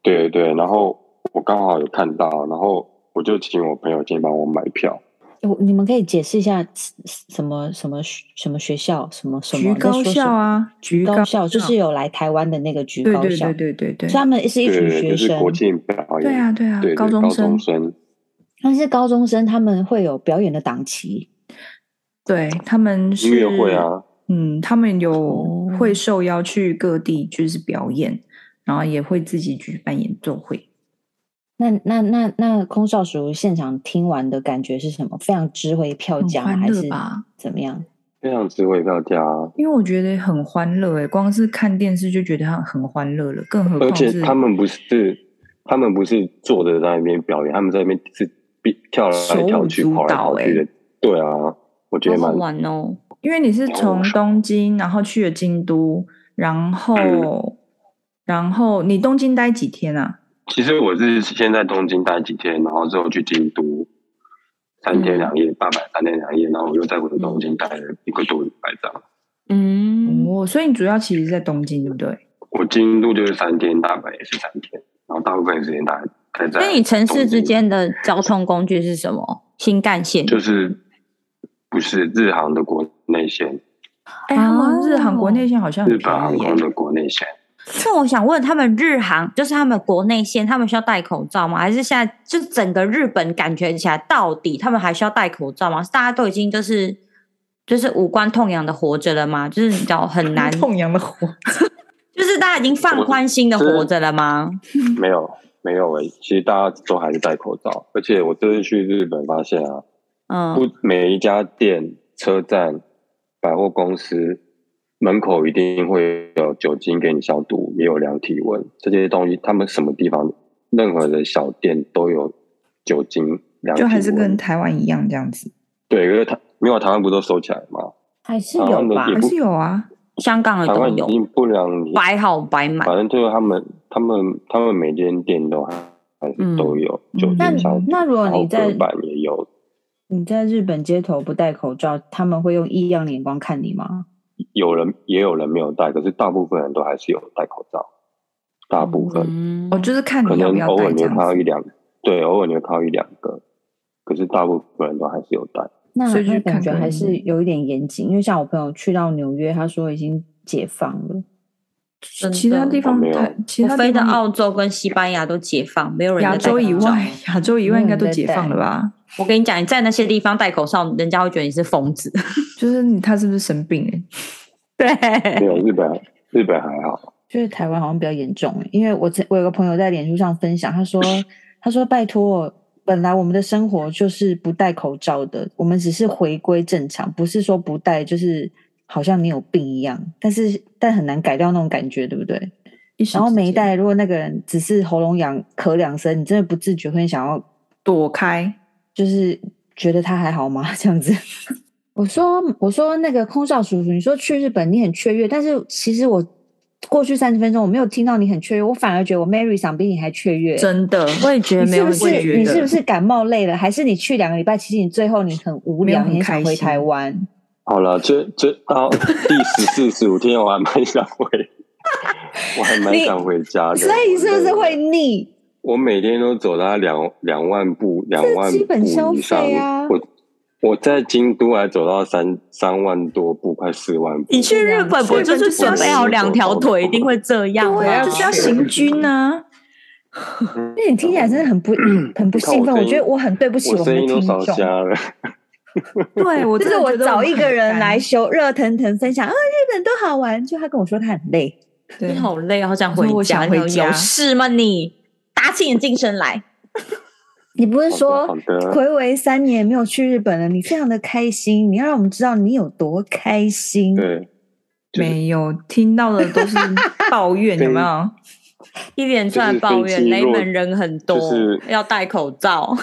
Speaker 1: 对对对，然后我刚好有看到，然后我就请我朋友先帮我买票，
Speaker 2: 我你们可以解释一下什么什么学什么学校什么什么
Speaker 3: 橘
Speaker 2: 在
Speaker 3: 高
Speaker 2: 说什
Speaker 3: 校
Speaker 2: 么
Speaker 3: 啊，橘
Speaker 2: 橘
Speaker 3: 高
Speaker 2: 高校就是有来台湾的那个橘
Speaker 3: 对
Speaker 2: 高
Speaker 3: 对
Speaker 2: 校，
Speaker 3: 对对对对
Speaker 2: 所以他们是一
Speaker 1: 对
Speaker 2: 群
Speaker 1: 对，对
Speaker 2: 学
Speaker 1: 就是
Speaker 2: 生，
Speaker 1: 国庆表演，
Speaker 3: 对啊对啊
Speaker 1: 对，对，
Speaker 3: 高
Speaker 1: 高
Speaker 3: 中生
Speaker 1: 生，
Speaker 2: 他们是高中生，他们会有表演的档期，
Speaker 3: 对，他们是
Speaker 1: 音乐会，啊，
Speaker 3: 嗯，他们有
Speaker 2: 哦
Speaker 3: 会受邀去各地就是表演，然后也会自己举办演奏会。
Speaker 2: 那那那那空少叔现场听完的感觉是什么？非常值回票
Speaker 3: 很
Speaker 2: 价
Speaker 3: 欢
Speaker 2: 还
Speaker 3: 乐
Speaker 2: 是
Speaker 3: 吧
Speaker 2: 怎么样？
Speaker 1: 非常值回票价啊。
Speaker 3: 因为我觉得很欢乐诶、欸光是看电视就觉得很很欢乐了，更何
Speaker 1: 而
Speaker 3: 况是
Speaker 1: 且他们不是，他们不是坐着在那边表演，他们在那边是比跳来跳去、
Speaker 3: 手舞足蹈
Speaker 1: 跑来跑去的。对啊，我觉得
Speaker 4: 好好
Speaker 1: 蛮
Speaker 4: 玩欸哦！
Speaker 3: 因为你是
Speaker 1: 哦
Speaker 3: 从
Speaker 1: 是
Speaker 3: 东京，然后去了京都，然后、
Speaker 1: 嗯
Speaker 3: 然后你东京待几天啊？
Speaker 1: 其实我是先在东京待几天，然后之后去京都三天两夜，大阪三天两夜，然后我又再回东京待了一个多礼拜这样。
Speaker 4: 嗯，
Speaker 3: 哦，所以你主要其实在东京，对不对？
Speaker 1: 我京都就是三天，大阪也是三天，然后大部分时间待待在。
Speaker 4: 所以你城市之间的交通工具是什么？新干线。
Speaker 1: 就是不是日航的国内线，
Speaker 3: 哎，他们日航
Speaker 4: 哦
Speaker 3: 国内线好像
Speaker 1: 日本
Speaker 3: 很便
Speaker 1: 航
Speaker 3: 宜耶
Speaker 1: 空的国内线。
Speaker 4: 那我想问，他们日航就是他们国内线，他们需要戴口罩吗？还是现在就整个日本感觉起来，到底他们还需要戴口罩吗？是大家都已经就是就是五官痛痒的活着了吗？就是你知道很难，
Speaker 3: 痛痒的火。
Speaker 4: 就是大家已经放宽心的活着了吗？
Speaker 1: 没有，没有诶、其实大家都还是戴口罩，而且我这次去日本发现啊，不
Speaker 4: 嗯，
Speaker 1: 每一家店、车站、百货公司门口一定会有酒精给你消毒，也有量体温这些东西，他们什么地方任何的小店都有酒精量体
Speaker 3: 就
Speaker 1: 温，
Speaker 3: 还是跟台湾一样这样子，
Speaker 1: 对，因为台没有台湾不都收起来吗？
Speaker 2: 还是
Speaker 1: 台
Speaker 2: 有
Speaker 1: 湾的
Speaker 2: 吧
Speaker 1: 也
Speaker 3: 还？
Speaker 1: 不
Speaker 3: 是有啊。
Speaker 4: 香港的
Speaker 1: 台
Speaker 4: 都
Speaker 1: 湾已
Speaker 4: 有，
Speaker 1: 经不良你，
Speaker 4: 摆好摆满。
Speaker 1: 反正就是他们他们他们每间店都还还是都有酒
Speaker 3: 嗯
Speaker 2: 那
Speaker 1: 精消毒。
Speaker 2: 那如果你在
Speaker 1: 然后隔板也有，
Speaker 2: 你在日本街头不戴口罩，他们会用异样的眼光看你吗？
Speaker 1: 有人也有人没有戴，可是大部分人都还是有戴口罩，大部分、
Speaker 4: 嗯
Speaker 3: 我哦就是看
Speaker 1: 可
Speaker 3: 你要不
Speaker 1: 能
Speaker 3: 要
Speaker 1: 偶
Speaker 3: 带
Speaker 1: 尔你会
Speaker 3: 这样
Speaker 1: 看到
Speaker 3: 子
Speaker 1: 一。两，对，偶尔你会看到一两个，可是大部分人都还是有戴。
Speaker 2: 那
Speaker 3: 所以就
Speaker 2: 那
Speaker 3: 是看
Speaker 2: 感觉
Speaker 3: 个
Speaker 2: 还
Speaker 3: 人
Speaker 2: 是有一点严谨，因为像我朋友去到纽约，他说已经解放了。
Speaker 4: 真的
Speaker 3: 其他地
Speaker 1: 我
Speaker 3: 方
Speaker 1: 没有
Speaker 3: 台，其
Speaker 4: 我
Speaker 3: 他
Speaker 4: 飞
Speaker 3: 地
Speaker 4: 的
Speaker 3: 方
Speaker 4: 澳洲跟西班牙都解放，没有人
Speaker 3: 亚
Speaker 4: 在戴
Speaker 3: 洲
Speaker 4: 口
Speaker 3: 以
Speaker 4: 罩
Speaker 3: 外，亚洲以外应该都解放了吧？
Speaker 4: 我跟你讲，你在那些地方戴口罩，人家会觉得你是疯子。
Speaker 3: 就是你他是不是生病、欸？
Speaker 4: 对，
Speaker 1: 没有日本，日本还好，
Speaker 2: 就是台湾好像比较严重欸，因为我曾我有个朋友在脸书上分享，他说他说拜托，哦本来我们的生活就是不戴口罩的，我们只是回归正常，不是说不戴就是好像你有病一样，但是但很难改掉那种感觉，对不对？
Speaker 3: 一时
Speaker 2: 然后
Speaker 3: 之
Speaker 2: 没
Speaker 3: 间
Speaker 2: 戴，如果那个人只是喉咙痒咳两声，你真的不自觉会想要
Speaker 3: 躲开，
Speaker 2: 就是觉得他还好吗？ 这样子。我说我说那个空少叔叔，你说去日本你很雀跃，但是其实我过去三十分钟我没有听到你很雀跃，我反而觉得我 Mary 想比你还雀跃。
Speaker 3: 真的，
Speaker 4: 我也觉得
Speaker 2: 你是
Speaker 4: 没有
Speaker 2: 不
Speaker 4: 问题，
Speaker 3: 我
Speaker 2: 是
Speaker 3: 也觉
Speaker 2: 你
Speaker 3: 得
Speaker 2: 是不 是感冒累了？还是你去两个礼拜，其实你最后你很无聊，
Speaker 3: 没有很
Speaker 2: 你很想
Speaker 3: 开
Speaker 2: 回
Speaker 3: 心
Speaker 2: 台湾？
Speaker 1: 好了，这这到第十四十五天，我还蛮想回，我还蛮
Speaker 2: 你
Speaker 1: 想回家的。
Speaker 2: 所以你是不
Speaker 1: 我
Speaker 2: 是
Speaker 1: 的
Speaker 2: 会腻？
Speaker 1: 我每天都走到两两万步，两万
Speaker 2: 基本消
Speaker 1: 步以上
Speaker 2: 费啊。
Speaker 1: 我我在京都还走到三三万多步，快四万步。
Speaker 4: 你去
Speaker 2: 对啊
Speaker 4: 日本不
Speaker 3: 日本
Speaker 4: 就
Speaker 3: 就
Speaker 4: 是
Speaker 3: 是要
Speaker 4: 准备好两条腿，一定会这样吗？
Speaker 3: 对啊，
Speaker 1: 我
Speaker 3: 就是要
Speaker 1: 去
Speaker 3: 行军啊。
Speaker 2: 那你听起来真的很不很不
Speaker 1: 嗯你看
Speaker 2: 兴
Speaker 1: 我声
Speaker 2: 奋，我
Speaker 1: 音
Speaker 2: 觉得我很对不起
Speaker 1: 我
Speaker 2: 们
Speaker 1: 声
Speaker 2: 的
Speaker 1: 音都
Speaker 2: 听
Speaker 1: 烧
Speaker 2: 众。
Speaker 1: 瞎了。
Speaker 3: 对我
Speaker 2: 就
Speaker 3: 真
Speaker 2: 是
Speaker 3: 的
Speaker 2: 我
Speaker 3: 觉得
Speaker 2: 找一
Speaker 3: 很
Speaker 2: 个人
Speaker 3: 干
Speaker 2: 来修热腾腾分享啊，日本多好玩，就他跟我说他很累，
Speaker 3: 对
Speaker 4: 你好累啊，好想回
Speaker 3: 我说我
Speaker 4: 家。
Speaker 3: 想回
Speaker 4: 你
Speaker 3: 家
Speaker 4: 有事吗你？打起你的精神来！
Speaker 2: 你不是说
Speaker 1: 好的好的
Speaker 2: 暌违三年没有去日本了，你非常的开心，你要让我们知道你有多开心。
Speaker 1: 对，就是
Speaker 3: 没有听到的都是抱怨，有没有？
Speaker 4: 一连串抱怨，雷门人很多，
Speaker 1: 就是
Speaker 4: 要戴口罩。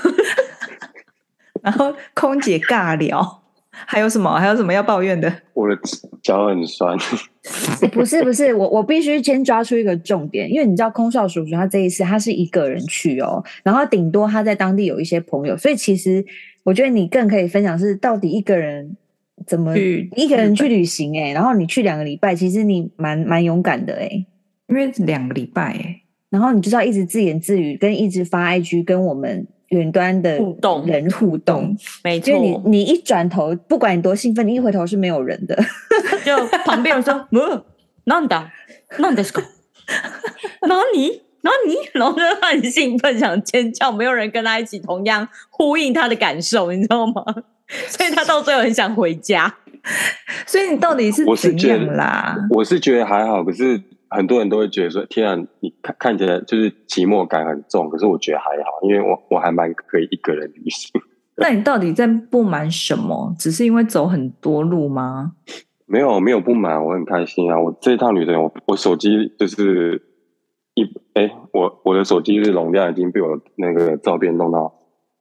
Speaker 3: 然后空姐尬聊，还有什么？还有什么要抱怨的？
Speaker 1: 我的脚很 酸。
Speaker 2: 不是不是，我我必须先抓出一个重点，因为你知道空少叔叔他这一次他是一个人去哦，然后顶多他在当地有一些朋友，所以其实我觉得你更可以分享是到底一个人怎么
Speaker 3: 去
Speaker 2: 一个人
Speaker 3: 日
Speaker 2: 去
Speaker 3: 本
Speaker 2: 旅行哎、然后你去两个礼拜，其实你蛮蛮勇敢的哎、
Speaker 3: 因为两个礼拜、欸，
Speaker 2: 然后你就是要一直自言自语，跟一直发 IG 跟我们远端的
Speaker 4: 互动
Speaker 2: 人互动，
Speaker 4: 没错
Speaker 2: 因，为你你一转头，不管你多兴奋，你一回头是没有人的。
Speaker 4: 就旁边人说：“嗯，なんだ，なんですか？哪里？哪里？”然后就很兴奋，想尖叫，没有人跟他一起同样呼应他的感受，你知道吗？所以他到最后很想回家。
Speaker 3: 所以你到底是
Speaker 1: 我是
Speaker 3: 怎
Speaker 1: 觉
Speaker 3: 样
Speaker 1: 得
Speaker 3: 啦？
Speaker 1: 我是觉得还好，可是很多人都会觉得说：“天啊，你看看起来就是寂寞感很重。”可是我觉得还好，因为我我还蛮可以一个人旅行。
Speaker 3: 那你到底在不满什么？只是因为走很多路吗？
Speaker 1: 没有没有不满，我很开心啊！我这一趟旅程，我我手机就是一哎、我我的手机是容量已经被我那个照片弄到，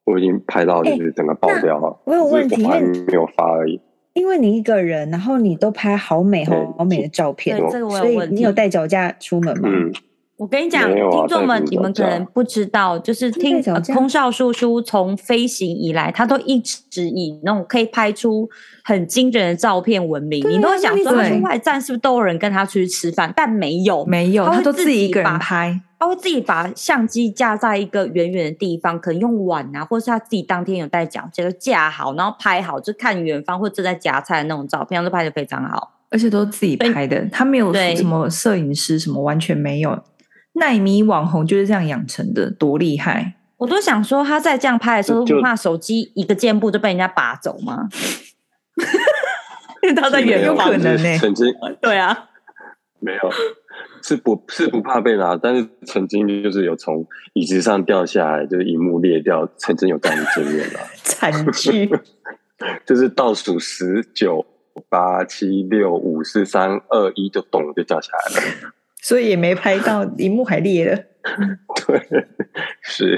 Speaker 1: 我已经拍到就是整个爆掉了。
Speaker 2: 那我有问题
Speaker 1: 只是我还
Speaker 2: 因
Speaker 1: 没有发而已。
Speaker 2: 因为你一个人，然后你都拍好美
Speaker 1: 对
Speaker 2: 好美的照片，
Speaker 1: 对
Speaker 4: 这个我有
Speaker 2: 所以
Speaker 4: 问
Speaker 2: 你
Speaker 4: 题
Speaker 2: 有带脚架出门吗？
Speaker 1: 嗯，
Speaker 4: 我跟你讲，
Speaker 1: 没有啊
Speaker 4: 听众
Speaker 1: 戴
Speaker 4: 们，
Speaker 1: 口
Speaker 4: 你们可
Speaker 1: 罩
Speaker 4: 能不知道，就是
Speaker 2: 戴
Speaker 4: 听、
Speaker 2: 口
Speaker 4: 呃
Speaker 2: 罩
Speaker 4: 空少叔叔从飞行以来，他都一直以那种可以拍出很惊人的照片闻名。
Speaker 2: 对啊
Speaker 4: 你都会想说，
Speaker 2: 那
Speaker 3: 你
Speaker 4: 他
Speaker 3: 怎
Speaker 4: 去
Speaker 3: 么
Speaker 4: 外站是不是都有人跟他出去吃饭？但没有，
Speaker 3: 没有，
Speaker 4: 他会
Speaker 3: 他都
Speaker 4: 自
Speaker 3: 自己一
Speaker 4: 己
Speaker 3: 个人
Speaker 4: 把
Speaker 3: 拍。
Speaker 4: 他会自己把相机架在一个远远的地方，可能用碗啊，或是他自己当天有带脚架就架好，然后拍好，就看远方或者在夹菜的那种照片，都拍的非常好。
Speaker 3: 而且都是自己拍的，他没有
Speaker 4: 对
Speaker 3: 什么摄影师，什么完全没有。奈米网红就是这样养成的，多厉害！
Speaker 4: 我都想说，他在这样拍的时候，
Speaker 1: 就
Speaker 4: 不怕手机一个箭步就被人家拔走吗？ 因为他在
Speaker 1: 没
Speaker 4: 远
Speaker 1: 有
Speaker 3: 有可
Speaker 4: 方，
Speaker 1: 就是
Speaker 3: 能欸
Speaker 1: 曾经
Speaker 4: 对啊，
Speaker 1: 没有，是不是不怕被拿，但是曾经就是有从椅子上掉下来，就是荧幕裂掉，曾经有这样的经验啊。
Speaker 3: 惨 剧，
Speaker 1: 就是倒数十九、八、七、六、五、四、三、二、一，就咚就掉下来了。
Speaker 3: 所以也没拍到，荧幕还裂了。
Speaker 1: 对，是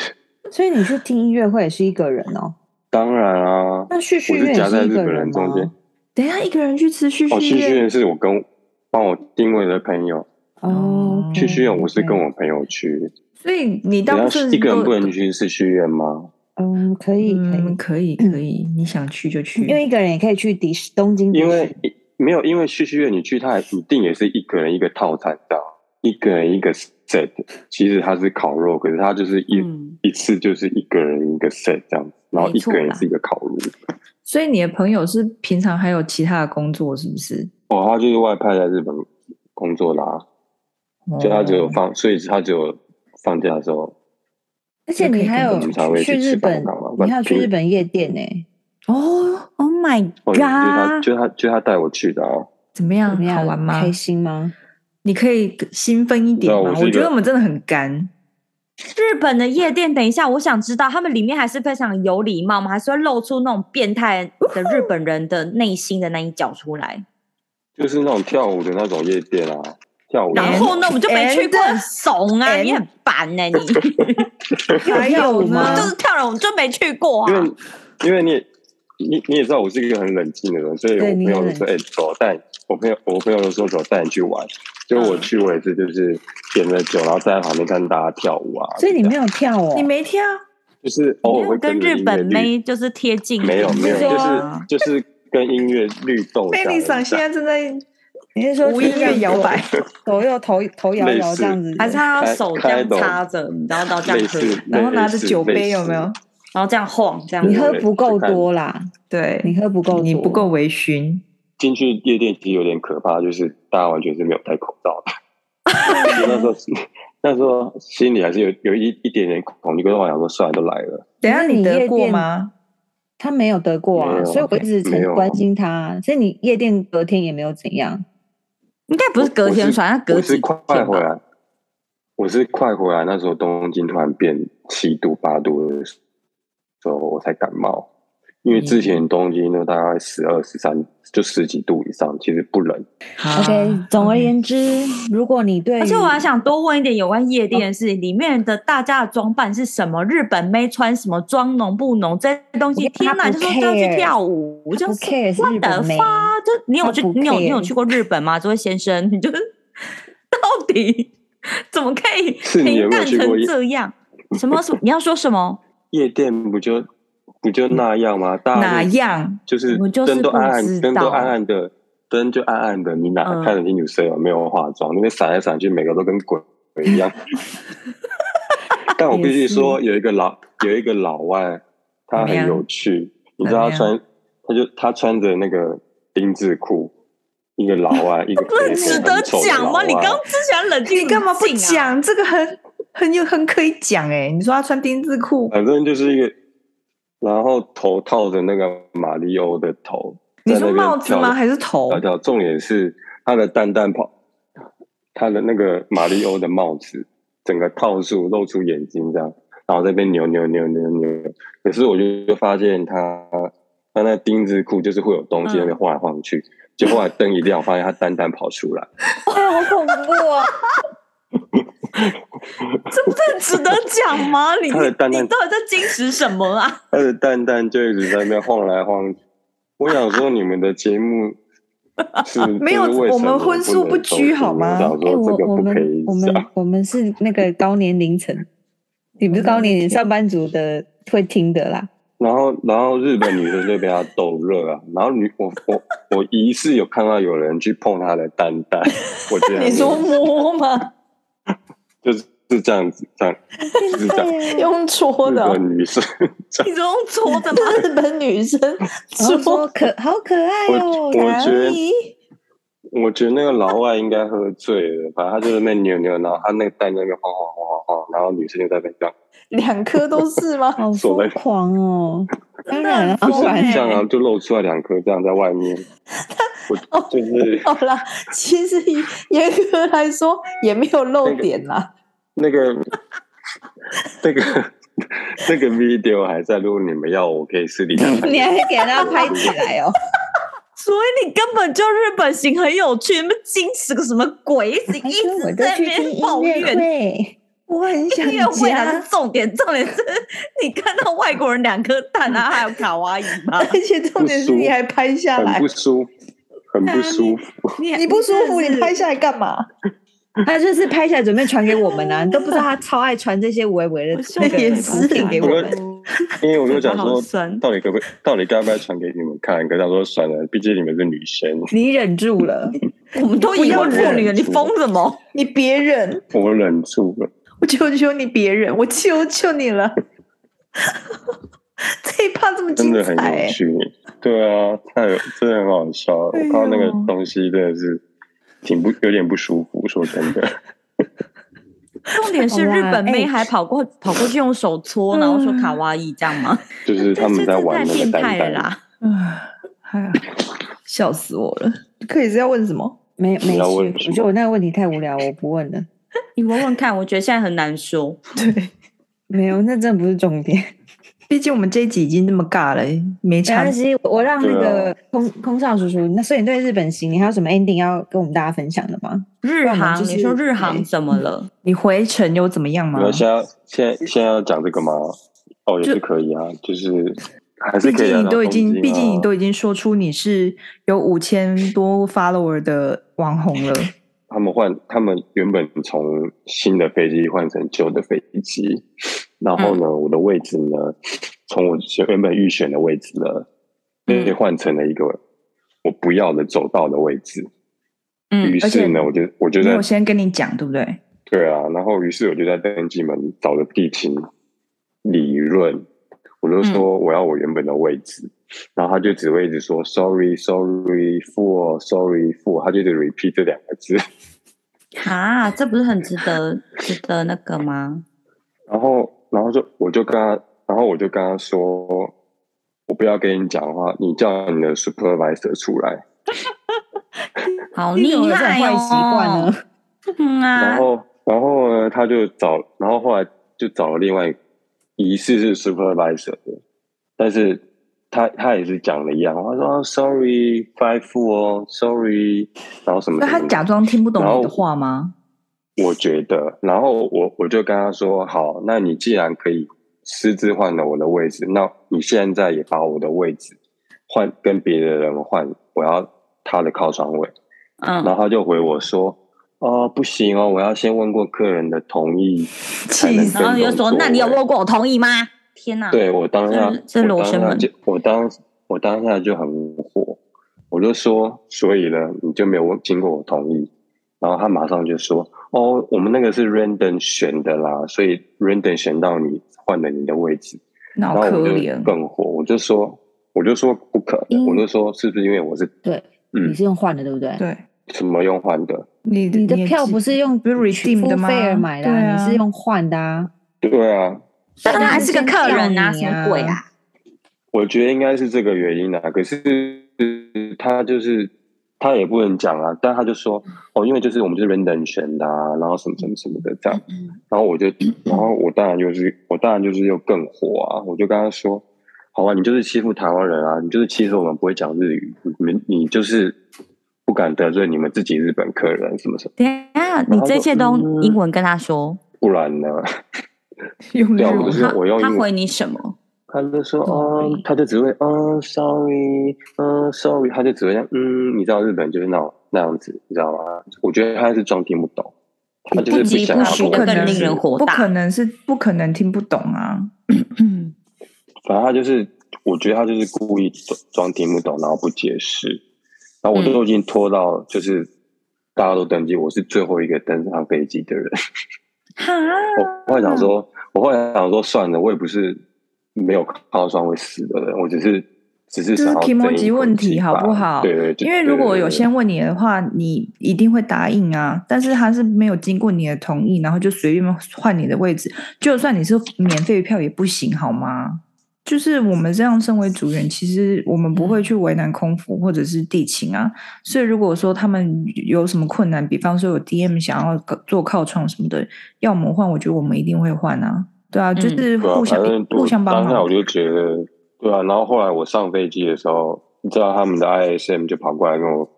Speaker 2: 所以你去听音乐会也是一个人哦，
Speaker 1: 当然啊，
Speaker 2: 那旭旭
Speaker 1: 我
Speaker 2: 院
Speaker 1: 是
Speaker 2: 也
Speaker 1: 夹在
Speaker 2: 是一
Speaker 1: 日
Speaker 2: 个
Speaker 1: 本
Speaker 2: 人
Speaker 1: 人中间
Speaker 2: 吗？。
Speaker 3: 等一下一个人去吃旭
Speaker 1: 哦，
Speaker 3: 旭
Speaker 1: 旭旭
Speaker 3: 苑，
Speaker 1: 苑是我跟帮我定位的朋友，
Speaker 2: 哦，
Speaker 1: 旭旭苑我
Speaker 3: 嗯
Speaker 1: 是跟
Speaker 2: 我
Speaker 1: 我朋友去。
Speaker 3: 所以你
Speaker 1: 等
Speaker 3: 大
Speaker 1: 一
Speaker 3: 部
Speaker 1: 下
Speaker 3: 分
Speaker 1: 一个人
Speaker 3: 都
Speaker 1: 不能去是旭苑吗？
Speaker 2: 嗯，可以可以
Speaker 3: 嗯，，可以可以，你想去就去，
Speaker 2: 因为一个人也可以去迪士东京迪士
Speaker 1: 因
Speaker 2: 尼，
Speaker 1: 为没有，因为旭旭苑你去，它还你定也是一个人一个套餐这样。一个人一个 set，其实它是烤肉，可是它就是一、
Speaker 4: 嗯，
Speaker 1: 一次就是一个人一个 set 这样子，然后
Speaker 4: 没
Speaker 1: 一
Speaker 4: 错
Speaker 1: 个人
Speaker 4: 啦
Speaker 1: 是一个烤肉。
Speaker 3: 所以你的朋友是平常还有其他的工作，是不是？
Speaker 1: 哦，他就是外派在日本工作啦、所以他只有
Speaker 3: 哦
Speaker 1: 放，所以他只有放假的时候，
Speaker 2: 而且你还有
Speaker 1: 我们才会
Speaker 2: 去
Speaker 1: 去
Speaker 2: 日
Speaker 1: 吃
Speaker 2: 本
Speaker 1: 饭干嘛，不
Speaker 2: 你
Speaker 1: 然
Speaker 2: 还有去日本夜店呢，
Speaker 3: 哦，
Speaker 4: Oh my
Speaker 1: 哦，就是他，
Speaker 4: god！
Speaker 1: 就是他，就是他带我去的啊。
Speaker 3: 怎么
Speaker 2: 怎
Speaker 3: 样
Speaker 2: 么？样
Speaker 3: 嗯好玩吗
Speaker 2: 开？心吗？
Speaker 3: 你可以兴奋一点
Speaker 1: 你知
Speaker 3: 吗
Speaker 1: 道？我是一个
Speaker 3: 我觉得我们真的很干，
Speaker 4: 日本的夜店，等一下，我想知道他们里面还是非常有礼貌吗？还是会露出那种变态的日本人的内心的那一角 出来？
Speaker 1: 就是那种跳舞的那种夜店啊，跳舞的
Speaker 4: 然后呢，我们就没去过，
Speaker 3: And-
Speaker 4: 很怂啊！
Speaker 3: and-
Speaker 4: 你很烦呢、 你
Speaker 3: 还
Speaker 2: 有吗
Speaker 4: 就是跳了，我们就没去过
Speaker 1: 因
Speaker 4: 啊。
Speaker 1: 为因为你也你你也知道我是一个很冷静的人，所以我
Speaker 2: 对你
Speaker 1: 朋友
Speaker 2: 很
Speaker 1: 都说：“
Speaker 2: 冷
Speaker 1: 哎、走，带你我朋友我朋友都说走，带你去玩。”就我去，我也是就是点了酒，然后站在旁边看大家跳舞啊。
Speaker 2: 所以你没有跳哦，
Speaker 3: 你啊没跳？
Speaker 1: 就是偶哦尔会
Speaker 4: 跟
Speaker 1: 着
Speaker 4: 日本
Speaker 1: 音乐律
Speaker 4: 妹就是贴近一
Speaker 1: 没
Speaker 4: 点，
Speaker 1: 有没有，
Speaker 2: 你是
Speaker 1: 就
Speaker 4: 说
Speaker 1: 是就是跟音乐律动这
Speaker 3: 贝
Speaker 1: 样
Speaker 3: 利
Speaker 1: 一下。
Speaker 3: 桑现在正在
Speaker 2: 你是说
Speaker 3: 无音乐摇摆，
Speaker 2: 左右头头摇摇这样子，
Speaker 4: 还是他
Speaker 1: 开
Speaker 4: 要手这样
Speaker 1: 开懂
Speaker 4: 插着，然后到这
Speaker 1: 类
Speaker 4: 样喝，
Speaker 1: 似，
Speaker 3: 然后拿着酒
Speaker 1: 类似
Speaker 3: 杯，有
Speaker 1: 类
Speaker 3: 没？有
Speaker 1: 似？
Speaker 4: 然后这样晃，这样
Speaker 2: 你
Speaker 1: 对
Speaker 2: 喝
Speaker 1: 对
Speaker 2: 不够
Speaker 1: 就看
Speaker 2: 多啦，
Speaker 3: 对，
Speaker 2: 你喝不够多，
Speaker 3: 你不够微醺，
Speaker 1: 进去夜店其实有点可怕，就是大家完全是没有戴口罩的。其实那时候是，那时候心里还是有有一一点点恐惧，跟我想说，算了，都来了，
Speaker 3: 等一下
Speaker 2: 那你
Speaker 3: 得
Speaker 2: 夜
Speaker 3: 过
Speaker 2: 店
Speaker 3: 吗？
Speaker 2: 他没有得过
Speaker 1: 没
Speaker 2: 啊，
Speaker 1: 有
Speaker 2: 所以我一直
Speaker 1: 没
Speaker 2: 很
Speaker 1: 有
Speaker 2: 关心他。啊所以你夜店隔天也没有怎样，
Speaker 4: 应该不是隔天算，他隔
Speaker 1: 我
Speaker 4: 几
Speaker 1: 是
Speaker 4: 天吧
Speaker 1: 快回来，我是快回来。那时候东京突然变七度八度的时候，我才感冒。因为之前东京都大概十二十三，就十几度以上，其实不冷。
Speaker 2: OK，
Speaker 3: 啊
Speaker 2: 总而
Speaker 3: OK
Speaker 2: 言之，如果你对于，
Speaker 4: 而且我还想多问一点有关夜店的事情，里面的大家的装扮是什么？日本妹穿什么妆浓不浓？这些东西，
Speaker 2: 我觉得
Speaker 4: 天
Speaker 2: 她
Speaker 4: 哪，
Speaker 2: 不
Speaker 4: 就说这样去
Speaker 2: care，
Speaker 4: 跳舞，我
Speaker 2: 她
Speaker 4: 就
Speaker 2: 不 care 是日本妹
Speaker 4: 发，就你有去，
Speaker 2: 她不
Speaker 4: 你有
Speaker 2: care
Speaker 4: 你有去过日本吗？这位先生，你就是 到底怎么可以
Speaker 1: 是你有没有
Speaker 4: 平淡
Speaker 1: 去过
Speaker 4: 成
Speaker 1: 夜
Speaker 4: 这样？什么什么？你要说什么？
Speaker 1: 夜店不就不就那样吗？大家
Speaker 3: 哪
Speaker 1: 都
Speaker 3: 样？
Speaker 1: 就是
Speaker 4: 我就是
Speaker 1: 灯都暗
Speaker 4: 不知
Speaker 1: 暗，灯都
Speaker 4: 道
Speaker 1: 暗暗的，灯就暗暗的，你哪
Speaker 4: 嗯
Speaker 1: 看得清楚谁有没有化妆？那边闪来闪去，每个都跟鬼一 样。但我必须说，有一个老有一个老外，他很有趣，你知道他
Speaker 3: 怎么
Speaker 1: 穿，他就他穿着那个丁字裤，一个老外， 一个
Speaker 4: 不是
Speaker 1: 黑色
Speaker 4: 值
Speaker 1: 很
Speaker 4: 得
Speaker 1: 丑的
Speaker 4: 讲
Speaker 1: 老
Speaker 4: 吗？
Speaker 1: 外
Speaker 4: 你刚之前冷静，
Speaker 3: 你干嘛不
Speaker 4: 冷静啊？
Speaker 3: 讲？这个很很有很可以讲哎、你说他穿丁字裤，
Speaker 1: 反正就是一个，然后头套着那个马里欧的头，
Speaker 3: 你
Speaker 1: 在
Speaker 3: 说
Speaker 1: 那边
Speaker 3: 帽子
Speaker 1: 跳
Speaker 3: 吗？
Speaker 1: 着啊
Speaker 3: 还是头
Speaker 1: 调？调，重点是他的蛋蛋跑，他的那个马里欧的帽子，整个套住露出眼睛这样，然后这边扭扭扭扭扭。可是我就就发现他他那丁字裤就是会有东西在那边晃来晃去，就后来灯一亮，我发现他蛋蛋跑出来，
Speaker 2: 哎， 好恐怖哦！
Speaker 4: 这不 是值得讲吗？你
Speaker 1: 他的蛋蛋
Speaker 4: 你到底在矜持什么啊？
Speaker 1: 他的蛋蛋就一直在那边晃来晃去。我想说你们的节目。是
Speaker 3: 没有
Speaker 1: 就是为什么
Speaker 3: 我们荤素
Speaker 1: 不
Speaker 3: 不
Speaker 1: 能收
Speaker 3: 拘
Speaker 1: 听
Speaker 3: 好
Speaker 1: 我
Speaker 3: 吗
Speaker 1: 想
Speaker 2: 哎、
Speaker 1: 说这
Speaker 2: 我
Speaker 1: 个
Speaker 2: 我
Speaker 1: 不可以
Speaker 2: 们我
Speaker 1: 讲
Speaker 2: 们。我们是那个高年龄层，你不是高 年龄上班族的会听的啦。
Speaker 1: 然后，然后日本女生就被他逗乐啊。然后女，我我我疑似有看到有人去碰她的蛋 蛋，我觉得
Speaker 3: 你说摸吗？
Speaker 1: 就是是这样子，这样就是啊这 样。
Speaker 4: 啊
Speaker 3: 用搓
Speaker 1: 日
Speaker 3: 的哦、
Speaker 1: 本女生，这样
Speaker 4: 你总搓的吗？啊
Speaker 3: 日本女生
Speaker 2: 然后
Speaker 3: 搓
Speaker 2: 说可好可爱哦，
Speaker 1: 我我觉得
Speaker 3: 哎
Speaker 2: 哪里
Speaker 1: 我觉得那个老外应该喝醉了，反正他就在那边扭扭，然后他那个蛋在那边晃晃晃晃晃，然后女生就在那边这样，
Speaker 3: 两颗都是吗？
Speaker 2: 好
Speaker 1: 所谓
Speaker 2: 疯狂哦！当然啊，
Speaker 4: 真的
Speaker 1: 就是
Speaker 2: 不
Speaker 4: 很疯
Speaker 2: 然
Speaker 1: 这样
Speaker 4: 欸
Speaker 1: 啊，就露出来两颗这样在外面。 我
Speaker 3: 哦
Speaker 1: 就是
Speaker 3: 好啦，其实严格来说也没有漏点啦。
Speaker 1: 那个那个那个 video 还在，如果你们要，我可以私底下拍给
Speaker 4: 欸
Speaker 2: 你还给他拍起来哦。
Speaker 4: 所以你根本就日本行很有趣，你们矜持个什么鬼？一直
Speaker 2: 还
Speaker 4: 一
Speaker 2: 说我就
Speaker 4: 直在那
Speaker 2: 去听
Speaker 4: 边
Speaker 2: 音
Speaker 4: 抱
Speaker 2: 乐
Speaker 3: 啊
Speaker 4: 怨。
Speaker 2: 会，
Speaker 3: 我很想
Speaker 4: 音乐会 才
Speaker 3: 家
Speaker 4: 是，重点，重点是你看到外国人两颗 蛋啊，还有卡哇伊吗？
Speaker 3: 而且重点是你还拍下
Speaker 1: 很
Speaker 3: 来
Speaker 1: 不，舒服，很不舒服。
Speaker 4: 你
Speaker 3: 你不舒服你拍
Speaker 4: 下
Speaker 3: 下来干嘛？
Speaker 2: 他就是拍下来准备传给我们啊，你都不知道他超爱传这些微微的那
Speaker 3: 也
Speaker 2: 个
Speaker 3: 是
Speaker 2: 图片给我们。
Speaker 1: 因为我就想
Speaker 4: 啊好
Speaker 1: 说
Speaker 4: 酸，
Speaker 1: 到底可不可以，到底该不该传给你们看？可是想说算了，毕竟你们是女生，
Speaker 2: 你忍住了，
Speaker 4: 我们都已婚妇女了，你疯什么？
Speaker 3: 你别忍，
Speaker 1: 我忍住了。
Speaker 3: 我求求你别忍，我求求你了。 这一趴这么
Speaker 1: 真
Speaker 3: 精
Speaker 1: 的
Speaker 3: 彩、
Speaker 1: 很有
Speaker 3: 欸，
Speaker 1: 趣。 对啊，太有真的很好笑。我
Speaker 3: 哎呦
Speaker 1: 看到那个
Speaker 4: 啊
Speaker 1: 东西真的是挺不有点不舒服，说真的。
Speaker 4: 重点是
Speaker 2: 好啦
Speaker 4: 日本妹
Speaker 2: 哎
Speaker 4: 还跑过跑过去用手搓，然后说卡哇伊这样吗？
Speaker 1: 就是 他们在玩那
Speaker 4: 这
Speaker 1: 个
Speaker 4: 这太变
Speaker 1: 蛋
Speaker 4: 态了
Speaker 1: 蛋，
Speaker 4: 啦！
Speaker 3: 唉哎，笑死我了。克里斯要问什么？
Speaker 2: 没没
Speaker 1: 你
Speaker 2: 事，
Speaker 1: 要
Speaker 2: 我
Speaker 1: 问什么
Speaker 2: 觉得我那个问题太无聊，我不问了。
Speaker 4: 你问问看，我觉得现在很难说。
Speaker 3: 对，
Speaker 2: 没有，那真的不是重点。
Speaker 3: 毕竟我们这一集已经那么尬了，没
Speaker 2: 没
Speaker 3: 差
Speaker 2: 关。系，我让那
Speaker 1: 对啊
Speaker 2: 个空空少叔叔。那所以你对日本行，你还有什么 ending 要跟我们大家分享的吗？
Speaker 4: 日
Speaker 2: 不然我们
Speaker 4: 航，
Speaker 2: 就是
Speaker 4: 你说日航怎么了？
Speaker 3: 你回程又怎么样
Speaker 1: 你
Speaker 3: 吗？
Speaker 1: 要现在现在现在要讲这个吗？哦，也是可以啊，就是还是
Speaker 3: 毕
Speaker 1: 可以、啊。然
Speaker 3: 竟你都已
Speaker 1: 后东京
Speaker 3: 经，
Speaker 1: 啊
Speaker 3: 毕竟 你都已经说出你是有五千多 follower 的网红了，
Speaker 1: 他们换他们原本从新的飞机换成旧的飞机，然后呢，
Speaker 3: 嗯
Speaker 1: 我的位置呢，从我原本预选的位置呢，
Speaker 4: 嗯
Speaker 1: 被换成了一个我不要的走道的位置。
Speaker 4: 嗯
Speaker 1: 于
Speaker 3: 而且
Speaker 1: 是呢，我就我就
Speaker 3: 因为
Speaker 1: 在
Speaker 3: 我先跟你讲，对不对？
Speaker 1: 对啊，然后于是我就在登记门找了地勤理论，我就说我要我原本的位置，然后他就只会一直说 sorry sorry for sorry for，他就一直 repeat 这两个字，
Speaker 4: 啊，这不是很值得值得那个吗？
Speaker 1: 然后然后就我就跟他，然后我就跟他说，我不要跟你讲话，你叫你的 supervisor 出来，
Speaker 4: 好
Speaker 2: 你
Speaker 4: 厉
Speaker 2: 怎么有这种
Speaker 4: 害
Speaker 2: 坏习惯
Speaker 4: 哦！
Speaker 2: 呢？
Speaker 4: 嗯啊
Speaker 1: 然，后然后呢他就找，然后后来就找了另外一个疑似是 supervisor 的，但是他他也是讲了一样，他说、啊 sorry five four 哦 sorry，然后什么什么
Speaker 3: 所以他
Speaker 1: 的
Speaker 3: 假装听不懂
Speaker 1: 然
Speaker 3: 你
Speaker 1: 后
Speaker 3: 的话吗？
Speaker 1: 我觉得，然后我我就跟他说，好，那你既然可以私自换了我的位置，那你现在也把我的位置换跟别的人换，我要他的靠窗位。然
Speaker 4: 嗯，
Speaker 1: 后他就回我说，哦，不行哦，我要先问过客人的同意才能
Speaker 3: 气死
Speaker 1: 分
Speaker 4: 然后你就
Speaker 1: 工
Speaker 4: 说
Speaker 1: 座，
Speaker 4: 那你有
Speaker 1: 位
Speaker 4: 问过我同意吗？天哪！
Speaker 1: 对我当下
Speaker 4: 这，这
Speaker 1: 我
Speaker 4: 罗
Speaker 1: 当
Speaker 4: 生
Speaker 1: 下
Speaker 4: 门
Speaker 1: 就我当我当下就很火，我就说，所以呢，你就没有问经过我同意，然后他马上就说，哦，我们那个是 random 选的啦，所以 random 选到你换了你的位置，
Speaker 3: 那
Speaker 1: 然
Speaker 3: 好
Speaker 1: 后我
Speaker 3: 可
Speaker 1: 就
Speaker 3: 怜，
Speaker 1: 更火，我就说，我就说不可能，
Speaker 2: 因
Speaker 1: 我就说是不是因为我是
Speaker 2: 对，
Speaker 1: 嗯
Speaker 2: 你是用换的对不对？
Speaker 3: 对，
Speaker 1: 什么用换的？
Speaker 3: 你
Speaker 2: 你的票 不是用
Speaker 3: 不是 redeem 的吗
Speaker 2: 付费而买的
Speaker 3: 对
Speaker 2: 啊，
Speaker 3: 啊
Speaker 2: 你是用换的啊。
Speaker 1: 对啊，
Speaker 4: 但他还是个客人啊，
Speaker 2: 但是
Speaker 4: 什
Speaker 2: 先
Speaker 4: 么鬼啊？
Speaker 1: 我觉得应该是这个原因啊，可是他就是他也不能讲啊，但他就说哦，因为就是我们就是 random 选的啊，然后什么什么什么的这样，然后我就，然后我当然就是我当然就是又更火啊，我就跟他说，好啊，你就是欺负台湾人啊，你就是欺负我们不会讲日语，你们你就是不敢得罪你们自己日本客人什么什么，
Speaker 4: 等一下，你这一切都
Speaker 1: 嗯
Speaker 4: 英文跟他说，
Speaker 1: 不然呢？
Speaker 3: 用日
Speaker 1: 对啊我
Speaker 3: 文
Speaker 1: 就说
Speaker 4: 他
Speaker 1: 我用英
Speaker 4: 他
Speaker 1: 文
Speaker 4: 回你什么？
Speaker 1: 他就说，
Speaker 3: Sorry
Speaker 1: 嗯，他就只会，嗯，sorry，嗯，sorry，他就只会这样，嗯，你知道日本就是那种那样子，你知道吗？我觉得他是装听不懂，他就是
Speaker 4: 不疾
Speaker 1: 想
Speaker 4: 不
Speaker 1: 要
Speaker 4: 徐
Speaker 1: 跟
Speaker 4: 的
Speaker 1: 我
Speaker 4: 更
Speaker 1: 解
Speaker 4: 令
Speaker 1: 释
Speaker 4: 人火
Speaker 3: 不
Speaker 4: 大
Speaker 3: 可能是不可能听不懂啊！
Speaker 4: 嗯，
Speaker 1: 反正他就是，我觉得他就是故意装装听不懂，然后不解释。然后
Speaker 4: 嗯
Speaker 1: 我都已经拖到就是大家都登机，我是最后一个登上飞机的人。
Speaker 4: 哈，
Speaker 1: 我后来
Speaker 3: 嗯
Speaker 1: 想说，我后来想说，算了，我也不是没有靠窗会死的人，我只是只是
Speaker 3: 这
Speaker 1: 想
Speaker 3: 是
Speaker 1: 要
Speaker 3: 提摩
Speaker 1: 争一
Speaker 3: 吉
Speaker 1: 口
Speaker 3: 问
Speaker 1: 气
Speaker 3: 题，好
Speaker 1: 罢
Speaker 3: 不
Speaker 1: 了
Speaker 3: 好？
Speaker 1: 对对，就
Speaker 3: 因为
Speaker 1: 对
Speaker 3: 如果我
Speaker 1: 对
Speaker 3: 有
Speaker 1: 对
Speaker 3: 先问你的话，你一定会答应啊。但是他是没有经过你的同意，然后就随便换你的位置，就算你是免费票也不行，好吗？就是我们这样身为组员，其实我们不会去为难空服或者是地勤啊。所以如果说他们有什么困难，比方说有 DM 想要做靠窗什么的，要我们换，我觉得我们一定会换啊。对啊，就
Speaker 4: 嗯
Speaker 3: 是
Speaker 1: 对啊，
Speaker 3: 互相、
Speaker 1: 反正
Speaker 3: 互
Speaker 1: 我
Speaker 3: 相帮
Speaker 1: 当下
Speaker 3: 忙
Speaker 1: 我。就觉得，对啊。然后后来我上飞机的时候，你知道他们的 ISM 就跑过来跟我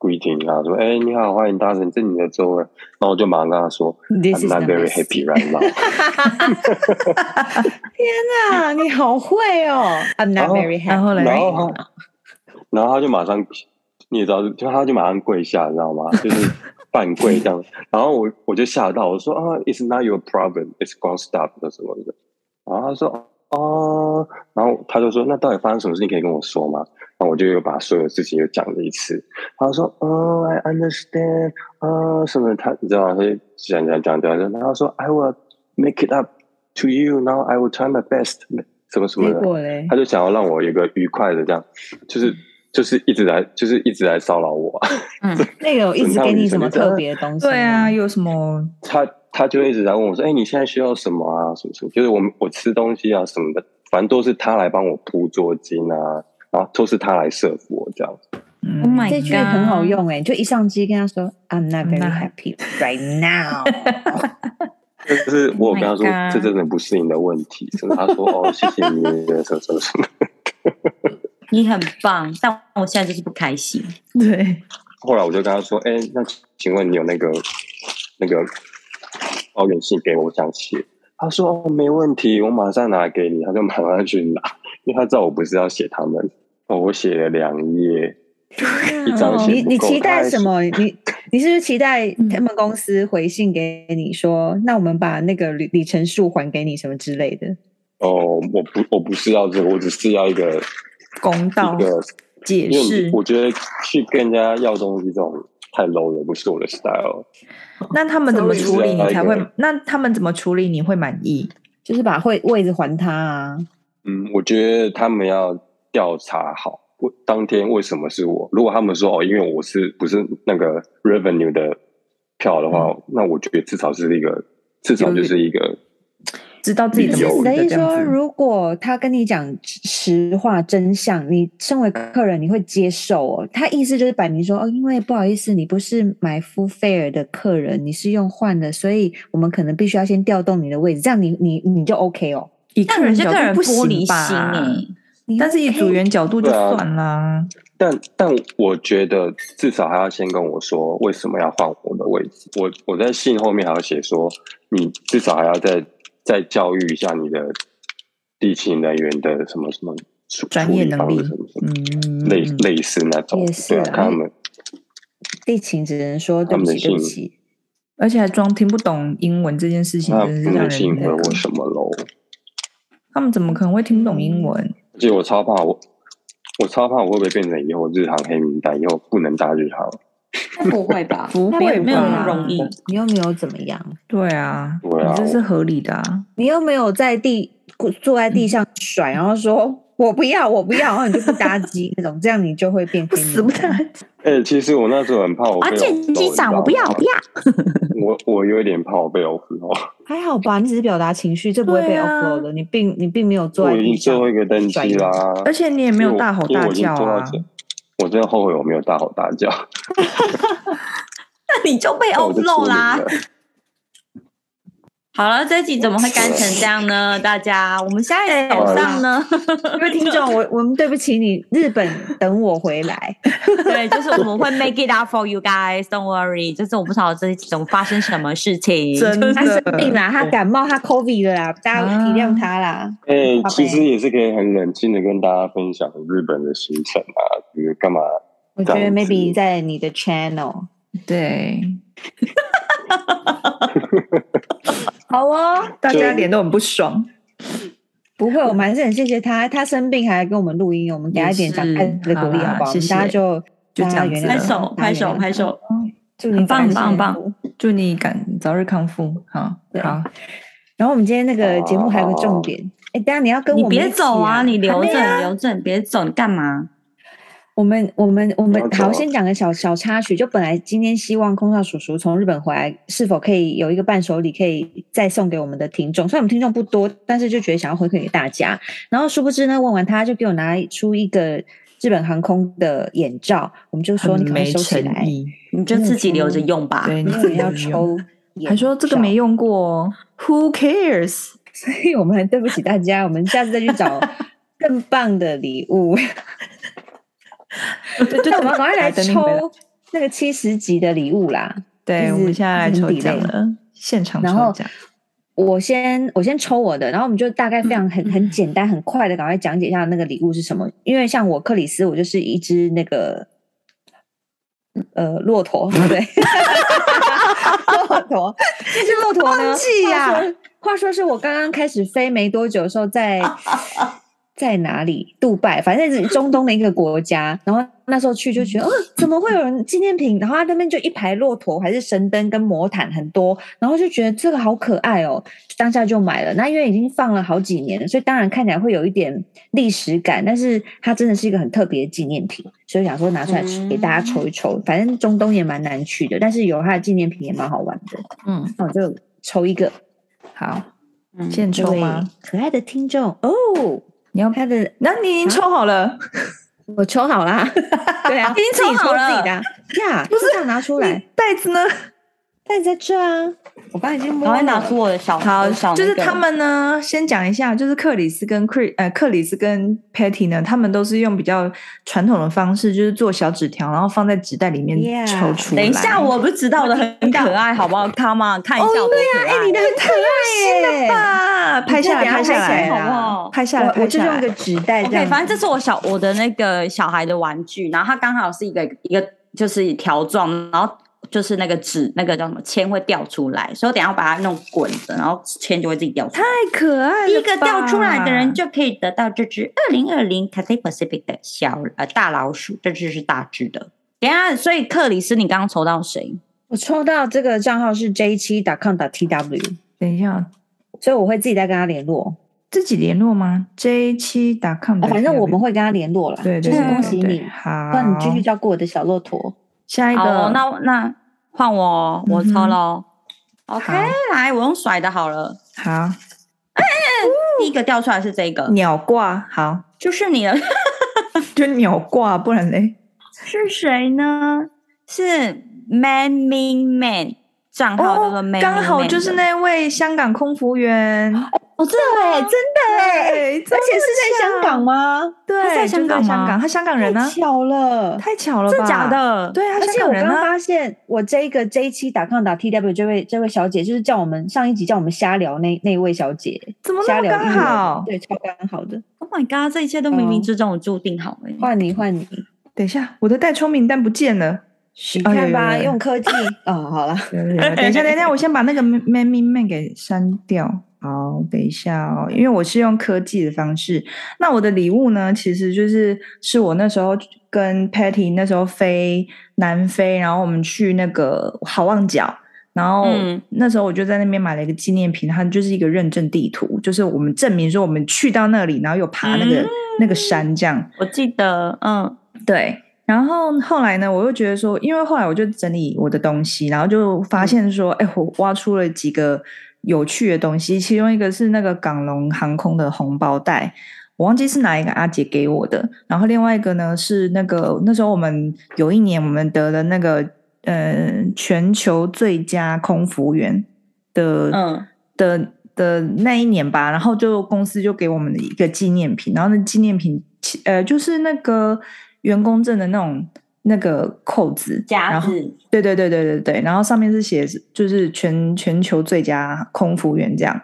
Speaker 1: greeting 啊，说：“哎、你好，欢迎搭乘，这是你的座位。”然后我就马上跟他说
Speaker 2: This
Speaker 1: ：“I'm
Speaker 2: is
Speaker 1: not
Speaker 2: the
Speaker 1: very
Speaker 2: best
Speaker 1: happy right now。
Speaker 2: 啊，你好会哦！I'm
Speaker 1: 然
Speaker 2: not
Speaker 1: 后
Speaker 2: very happy。
Speaker 3: 然后嘞
Speaker 1: 然后他，然后他就马上，你也知道，就他就马上跪下，你知道吗？就是半跪这样。然后我我就吓到，我说：“啊，It's not your problem, it's g o n stop 的什么的。”然后他说：“哦。”然后他就说：“那到底发生什么事？你可以跟我说吗？”然后我就又把所有事情又讲了一次。他说：“哦，I understand，啊，什么？他你知道吗？他就讲讲讲讲讲，然后他说：‘I will make it up to you, now I will try my best’，什么什么
Speaker 2: 结
Speaker 1: 的。”
Speaker 2: 果嘞
Speaker 1: 他，就想要让我有一个愉快的这样，就是就是一直来，就是一直来骚扰我、啊。
Speaker 2: 那个有一直给你什么特别的东西？
Speaker 3: 对啊，，
Speaker 1: 嗯
Speaker 3: 有什么
Speaker 1: 他他就一直在问我说：“哎、你现在需要什么啊？什么什么？就是我们我吃东西啊什么的，反正都是他来帮我铺桌巾啊，然后都是他来设服我这样。
Speaker 3: 嗯
Speaker 4: Oh my
Speaker 2: 这句很好用哎，就一上机跟他说 I'm not very
Speaker 3: Not
Speaker 2: happy right now。
Speaker 1: 就是我有跟他说
Speaker 4: Oh my god
Speaker 1: 这真的不是你的问题。”什么？他说：“哦，谢谢你，什么什么什么。
Speaker 4: 你很棒，但我现在就是不开心。
Speaker 3: 对，”
Speaker 1: 后来我就跟他说：“哎、那请问你有那个那个保险信给我，我想写。”他说：“哦，没问题，我马上拿给你。”他就马上去拿， 因为他知道我不是要写他们。哦，我写了两页，一张写
Speaker 2: 你
Speaker 1: 不
Speaker 2: 你
Speaker 1: 够
Speaker 2: 期待什？么？你你是不是期待他们公司回信给你说，那我们把那个里里程数还给你什么之类的？
Speaker 1: 哦，我不我不是要这个，我只是要一个
Speaker 3: 公道
Speaker 1: 一个，
Speaker 3: 解
Speaker 1: 因为
Speaker 3: 释。
Speaker 1: 我觉得去跟人家要东西这种太 low 了，不是我的 style。
Speaker 3: 那他们怎么处理你才
Speaker 1: 稍微
Speaker 3: 会？那他们怎么处理你会满意？
Speaker 2: 就是把会位置还他啊。
Speaker 1: 嗯，我觉得他们要调查好，我当天为什么是我？如果他们说哦，因为我是不是那个 revenue 的票的话，
Speaker 3: 嗯
Speaker 1: 那我觉得至少是一个，至少就是一个
Speaker 3: 知道自己
Speaker 2: 可
Speaker 3: 怎
Speaker 2: 是
Speaker 3: 么
Speaker 2: 你
Speaker 3: 死
Speaker 2: 的意
Speaker 3: 的
Speaker 2: 思
Speaker 3: 这
Speaker 2: 说，
Speaker 3: 样子。
Speaker 2: 如果他跟你讲实话真相，你身为
Speaker 3: 嗯
Speaker 2: 客人你会接受哦？他意思就是摆明说哦，因为不好意思，你不是买 full fare 的客人，你是用换的，所以我们可能必须要先调动你的位置，这样你你你就 OK 哦。
Speaker 3: 以
Speaker 4: 但
Speaker 3: 客
Speaker 4: 有些
Speaker 3: 角
Speaker 4: 个
Speaker 3: 度
Speaker 4: 人
Speaker 3: 不
Speaker 4: 玻
Speaker 3: 行
Speaker 4: 璃心
Speaker 3: 吧
Speaker 4: 哎、
Speaker 2: 你
Speaker 3: 但是以
Speaker 2: OK
Speaker 3: 组员角度就
Speaker 1: 对啊
Speaker 3: 算啦。
Speaker 1: 但但我觉得至少还要先跟我说为什么要换我的位置。我我在信后面还要写说，你至少还要再再教育一下你的地勤人员的什么什么处
Speaker 3: 专业
Speaker 1: 处理
Speaker 3: 能
Speaker 1: 方
Speaker 3: 力
Speaker 1: 式什么什么，
Speaker 3: 嗯，
Speaker 1: 类类似那种
Speaker 2: 也，是
Speaker 1: 对
Speaker 2: 啊
Speaker 1: 啊，看他们
Speaker 2: 地勤只能说对
Speaker 1: 他
Speaker 2: 不
Speaker 1: 们的
Speaker 2: 起，对不
Speaker 1: 信
Speaker 2: 起。
Speaker 3: 而且还装听不懂英文这件事情，
Speaker 1: 那
Speaker 3: 真是
Speaker 1: 他
Speaker 3: 让
Speaker 1: 们
Speaker 3: 人
Speaker 1: 信回
Speaker 3: 那
Speaker 1: 我
Speaker 3: 个。
Speaker 1: 什么喽？
Speaker 3: 他们怎么可能会听不懂英文？
Speaker 1: 而且我超怕我，我超怕我会不会变成以后日航黑名单，以后不能搭日航。
Speaker 4: 那 不会吧？
Speaker 3: 不
Speaker 4: 那没有
Speaker 3: 会
Speaker 4: 没有那么
Speaker 3: 吧
Speaker 4: 容易。
Speaker 2: 你又没有怎么样，
Speaker 3: 对啊，
Speaker 1: 对啊
Speaker 3: 你这是合理的啊。
Speaker 2: 你又没有在地坐在
Speaker 3: 嗯
Speaker 2: 地上甩，然后说我不要，我不要，然后你就不 搭机那种，这样你就会变
Speaker 3: 不
Speaker 2: 黑名
Speaker 3: 死不
Speaker 2: 单
Speaker 3: 搭，
Speaker 1: 哎、其实我那时候很怕我
Speaker 4: 啊，
Speaker 1: 被
Speaker 4: 见机长，
Speaker 1: 我
Speaker 4: 我不要，我不要。
Speaker 1: 我我有点怕我被 o f
Speaker 2: 还好吧，你只是表达情绪，这不会被
Speaker 3: 对啊
Speaker 2: offload 的。你并你并没有坐
Speaker 1: 我
Speaker 2: 在
Speaker 1: 已经
Speaker 2: 地
Speaker 1: 最
Speaker 2: 上
Speaker 1: 后一个登
Speaker 2: 甩
Speaker 1: 机
Speaker 2: 你。
Speaker 1: 啦，
Speaker 3: 而且你也没有大吼
Speaker 1: 因为我因为
Speaker 3: 大
Speaker 1: 我已经
Speaker 3: 叫
Speaker 1: 做到
Speaker 3: 啊
Speaker 1: 这。我真的后悔我没有大吼大叫，
Speaker 4: 那你就被
Speaker 3: 哎
Speaker 1: 那我就出
Speaker 4: offload
Speaker 1: 名
Speaker 4: 啦
Speaker 1: 了。。
Speaker 4: 好了，这集怎么会干成这样呢？大家，我们下一早上呢？
Speaker 2: 各位听众，我我们对不起你，日本等我回来。
Speaker 4: 对，就是我们会 make it up for you guys. Don't worry，就是我不知道这种发生什么事情。
Speaker 3: 真的
Speaker 2: 他生病啦，他感冒，他 COVID 了啦，大家体谅他啦。
Speaker 1: 哎、
Speaker 2: 好呗
Speaker 1: 其实也是可以很冷静的跟大家分享日本的行程啊，比如干嘛？
Speaker 2: 我觉
Speaker 1: 这
Speaker 2: 得
Speaker 1: 样子
Speaker 2: maybe 在你的 channel。
Speaker 3: 对，
Speaker 2: 好哦，
Speaker 3: 大家脸都很不爽。
Speaker 2: 不会，我们还是很谢谢他，他生病还来跟我们录音，我们给他一点
Speaker 3: 也
Speaker 2: 掌
Speaker 3: 是
Speaker 2: 声的鼓励，
Speaker 3: 好啦
Speaker 2: 好不好？我
Speaker 3: 谢
Speaker 2: 们
Speaker 3: 谢
Speaker 2: 大家就
Speaker 3: 就
Speaker 2: 大家
Speaker 3: 这样子
Speaker 2: 原
Speaker 4: 拍
Speaker 2: 谅他
Speaker 4: 手，拍手，拍，手！
Speaker 2: 大家原谅他祝你
Speaker 4: 很棒
Speaker 2: 早日
Speaker 4: 很棒
Speaker 2: 幸福
Speaker 3: 祝你赶早日康复。好，
Speaker 2: 对
Speaker 3: 好，
Speaker 2: 然后我们今天那个节目还有个重
Speaker 1: 哦
Speaker 2: 点，哎、等一下你要跟
Speaker 4: 你
Speaker 2: 我们
Speaker 4: 别
Speaker 2: 一起
Speaker 4: 走啊，你留
Speaker 2: 还没啊
Speaker 4: 着，留着，你别走，你干嘛？
Speaker 2: 我们我们我
Speaker 1: 要
Speaker 2: 们
Speaker 1: 走
Speaker 2: 好，
Speaker 1: 啊
Speaker 2: 先讲个小小插曲。就本来今天希望空少叔叔从日本回来，是否可以有一个伴手礼可以再送给我们的听众？虽然我们听众不多，但是就觉得想要回馈给大家。然后殊不知呢，问完他就给我拿出一个日本航空的眼罩，我们就说你
Speaker 3: 很
Speaker 2: 赶快
Speaker 3: 没
Speaker 2: 收起
Speaker 3: 诚
Speaker 2: 来，
Speaker 3: 意。
Speaker 4: 你就自己留着用吧。
Speaker 3: 对，
Speaker 2: 没
Speaker 3: 你
Speaker 2: 有
Speaker 3: 自
Speaker 2: 人
Speaker 3: 己
Speaker 2: 要
Speaker 3: 用
Speaker 2: 抽。眼
Speaker 3: 还说这个
Speaker 2: 罩
Speaker 3: 没用过哦，Who cares？
Speaker 2: 所以 我们很对不起大家，我们下次再去找更棒的礼物。
Speaker 3: 就
Speaker 2: 那我们赶 快来
Speaker 3: 等你回来
Speaker 2: 抽那个七十集的礼物啦！就
Speaker 3: 对，
Speaker 2: 是
Speaker 3: 我们现在来
Speaker 2: 很
Speaker 3: 抽
Speaker 2: 抵
Speaker 3: 奖
Speaker 2: 赖
Speaker 3: 了，现场
Speaker 2: 然
Speaker 3: 抽
Speaker 2: 后
Speaker 3: 奖。
Speaker 2: 我先我先抽我的，然后我们就大概非常
Speaker 3: 嗯
Speaker 2: 很很简单很快的赶快讲解一下那个礼物是什么。因为像我克里斯，我就是一只那个呃骆驼， 对不对？骆驼，这只骆驼呢
Speaker 3: 忘？记呀
Speaker 2: 话说话说是我刚刚开始飞没多久的时候在， 在哪里？杜拜，反正是中东的一个国家。然后那时候去就觉
Speaker 3: 嗯
Speaker 2: 得，哦，怎么会有人纪念品？然后它那边就一排骆驼，还是神灯跟魔毯很多，然后就觉得这个好可爱哦，当下就买了。那因为已经放了好几年了，所以当然看起来会有一点历史感，但是它真的是一个很特别的纪念品，所以想说拿出来
Speaker 4: 嗯
Speaker 2: 给大家抽一抽。反正中东也蛮难去的，但是有它的纪念品也蛮好玩的。
Speaker 3: 嗯，
Speaker 2: 那我就抽一个。
Speaker 3: 好，
Speaker 4: 嗯
Speaker 3: 现
Speaker 2: 这
Speaker 3: 抽
Speaker 2: 位
Speaker 3: 吗？
Speaker 2: 可爱的听众哦，
Speaker 3: 你要？
Speaker 2: 他的
Speaker 3: 那你已经抽好 了，
Speaker 2: 我抽好啦，对 啊，
Speaker 4: 已经抽
Speaker 2: 自己
Speaker 4: 好了
Speaker 2: 自 己的啊呀，
Speaker 3: 不是
Speaker 2: 要拿出
Speaker 3: 你
Speaker 2: 来，
Speaker 3: 袋子呢？
Speaker 2: 但在这啊，我刚才已经
Speaker 4: 赶
Speaker 2: 摸
Speaker 4: 快拿
Speaker 2: 了
Speaker 4: 出。我的 小
Speaker 3: 好
Speaker 4: 我的，小，
Speaker 3: 就是他。们呢，先讲一下，就是克里斯跟 Chris，呃，克里斯跟 Patty 呢，他们都是用比较传统的方式，就是做小纸条，然后放在纸袋里面
Speaker 2: Yeah
Speaker 3: 抽出来。
Speaker 4: 等一下，我不知道的很可爱，好不好？Come on，看一下我多可
Speaker 2: 哎，你的
Speaker 4: 爱，
Speaker 2: 很可爱耶！
Speaker 3: 啊，拍下来，
Speaker 2: 你再等一
Speaker 3: 拍下
Speaker 2: 下
Speaker 3: 来，
Speaker 2: 拍起来
Speaker 4: 好不好？
Speaker 3: 拍下来，
Speaker 2: 我我
Speaker 3: 拍
Speaker 2: 就
Speaker 3: 下
Speaker 2: 用
Speaker 3: 来
Speaker 2: 个。纸袋这
Speaker 4: OK，
Speaker 2: 样。
Speaker 4: 反正这是我小我的那个小孩的玩具，然后它刚好是一个一个就是条状，然后就是那个纸那个叫什么铅会掉出来，所以我等一下把它弄滚的，然后铅就会自己掉出来。
Speaker 3: 太可爱了吧！
Speaker 4: 第一个掉出来的人就可以得到这只二零二零 Cathay Pacific 的小呃大老鼠，这只是大只的。等一下，所以克里斯，你刚刚抽到谁？
Speaker 2: 我抽到这个账号是 j 七 com t w，
Speaker 3: 等一下
Speaker 2: 所以我会自己再跟他联络。
Speaker 3: 自己联络吗？J 七 .com，
Speaker 2: 啊反正我们会跟他联络了。
Speaker 3: 对
Speaker 2: 就
Speaker 3: 对对
Speaker 2: 是恭喜
Speaker 3: 对对
Speaker 2: 你，
Speaker 3: 好，
Speaker 2: 那你继续照顾我的小骆驼。
Speaker 3: 下一个。
Speaker 4: 好哦、那那换我哦，我
Speaker 3: 嗯
Speaker 4: 抽
Speaker 3: 哼
Speaker 4: 喽。OK，
Speaker 3: 好
Speaker 4: 来，我用甩的好了。
Speaker 3: 好
Speaker 4: 第一个掉出来是这个，
Speaker 3: 鸟挂，好
Speaker 4: 就是你了。
Speaker 3: 就鸟挂，不然嘞，
Speaker 4: 是谁呢？是 Man Min Man 账号叫做 Man，
Speaker 3: 哦刚好就是
Speaker 4: 那
Speaker 3: 那位香港空服员，
Speaker 2: 哦，真的哎，真的哎，
Speaker 3: 对，
Speaker 2: 而
Speaker 3: 而
Speaker 2: 且是在香港吗？
Speaker 3: 对，
Speaker 4: 他在
Speaker 3: 就
Speaker 4: 香港吗
Speaker 3: 香港，他香港人啊
Speaker 2: 太，巧了，
Speaker 3: 太巧了吧，
Speaker 4: 真假的？
Speaker 3: 对，他
Speaker 2: 而
Speaker 3: 香
Speaker 2: 且
Speaker 3: 港
Speaker 2: 我
Speaker 3: 人
Speaker 2: 刚
Speaker 3: 啊，
Speaker 2: 发现，我这一个 J 七打抗打 TW 这位这位小姐，就是叫我们上一集叫我们瞎聊那那位小姐，
Speaker 3: 怎么那
Speaker 2: 瞎
Speaker 3: 么
Speaker 2: 聊
Speaker 3: 刚
Speaker 2: 艺人
Speaker 3: 好？
Speaker 2: 对，超刚好的。
Speaker 4: Oh my god！这一切都冥冥
Speaker 2: 嗯
Speaker 4: 之中有注定好哎、
Speaker 2: 换你，换你，
Speaker 3: 等一下，我的带聪明蛋不见了。
Speaker 2: 你
Speaker 3: 哎
Speaker 2: 看
Speaker 3: 有
Speaker 2: 吧，
Speaker 3: 有有
Speaker 2: 用科技哦，好 了，
Speaker 3: 有有有 等一下，等一下，我先把那个 man man man man 给删掉。好，等一下哦，因为我是用科技的方式。那我的礼物呢，其实就是是我那时候跟 Patty 那时候飞南非，然后我们去那个好望角，然后
Speaker 4: 嗯
Speaker 3: 那时候我就在那边买了一个纪念品，它就是一个认证地图，就是我们证明说我们去到那里，然后有爬那个、
Speaker 4: 嗯
Speaker 3: 那个山这样。
Speaker 4: 我记得，嗯，
Speaker 3: 对，然后后来呢，我又觉得说，因为后来我就整理我的东西，然后就发现说，哎、我挖出了几个有趣的东西，其中一个是那个港龙航空的红包袋。我忘记是哪一个阿姐给我的，然后另外一个呢是那个那时候我们有一年我们得了那个呃全球最佳空服员的
Speaker 4: 嗯
Speaker 3: 的的那一年吧，然后就公司就给我们一个纪念品，然后那纪念品其呃就是那个员工证的那种那个扣子，
Speaker 4: 夹
Speaker 3: 然后
Speaker 4: 子，
Speaker 3: 对对对对对对，然后上面是写就是全全球最佳空服员这样。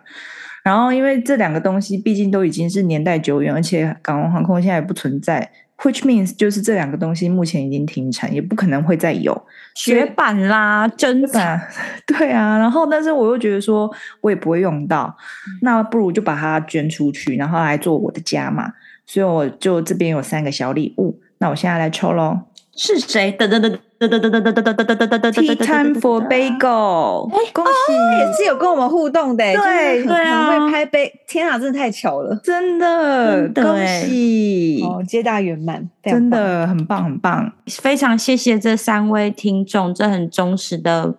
Speaker 3: 然后因为这两个东西毕竟都已经是年代久远，而且港龙航空现在也不存在，which means 就是这两个东西目前已经停产，也不可能会再有。
Speaker 4: 绝版啦，真版，
Speaker 3: 啊， 对啊，然后但是我又觉得说，我也不会用到，
Speaker 4: 嗯
Speaker 3: 那不如就把它捐出去，然后来做我的家嘛。所以我就这边有三个小礼物，那我现在来抽喽。
Speaker 4: 是谁？噔噔噔噔噔噔噔噔噔噔噔噔噔噔
Speaker 3: Tea time for bagel，恭
Speaker 4: 哦
Speaker 3: 喜，
Speaker 2: 也是有跟我们互动的欸，
Speaker 3: 对
Speaker 2: 就是
Speaker 4: 对
Speaker 2: 很
Speaker 4: 啊
Speaker 2: 很会拍杯，天啊，真的太巧了，
Speaker 3: 真的
Speaker 4: 真的
Speaker 3: 恭
Speaker 4: 欸
Speaker 3: 喜，
Speaker 2: 哦，皆大圆满，非常
Speaker 3: 真
Speaker 2: 棒，
Speaker 3: 的很棒很棒。
Speaker 4: 非常谢谢这三位听众，这很忠实的，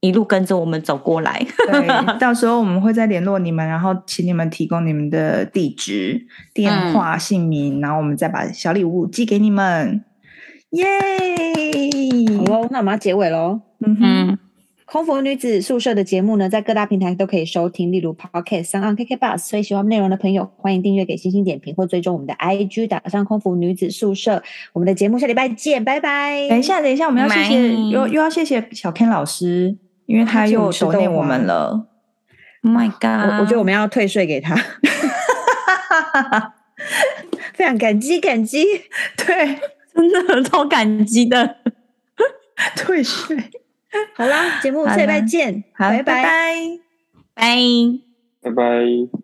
Speaker 4: 一路跟着我们走过来。
Speaker 3: 对，到时候我们会再联络你们，然后请你们提供你们的地址、电
Speaker 2: 嗯
Speaker 3: 话、姓名，然后我们再把小礼物寄给你们。耶！
Speaker 2: 好哦喽，那我们要结尾喽。
Speaker 3: 嗯哼，
Speaker 4: 嗯，
Speaker 2: 空服女子宿舍的节目呢，在各大平台都可以收听，例如 Podcast、三岸 KK Bus。所以喜欢我们内容的朋友，欢迎订阅、给星星点评或追踪我们的 IG，打上“空服女子宿舍”。我们的节目下礼拜见，拜拜。
Speaker 3: 等一下，等一下，我们要谢
Speaker 4: 买
Speaker 3: 谢，又又要谢谢小 Ken 老师，因为他又
Speaker 2: 他请我
Speaker 3: 抖
Speaker 2: 们吃
Speaker 3: 念
Speaker 2: 豆花
Speaker 3: 我们了。
Speaker 4: Oh my
Speaker 2: 我
Speaker 4: god！
Speaker 2: 我觉得我们要退税给他， 非常感激感激。
Speaker 3: 对，
Speaker 4: 真的超感激的。
Speaker 3: 退税。
Speaker 2: 好啦，节目下礼
Speaker 3: 好
Speaker 2: 拜
Speaker 3: 啦
Speaker 2: 见，
Speaker 3: 好，
Speaker 2: 拜
Speaker 3: 拜拜
Speaker 4: 拜。
Speaker 1: 拜拜。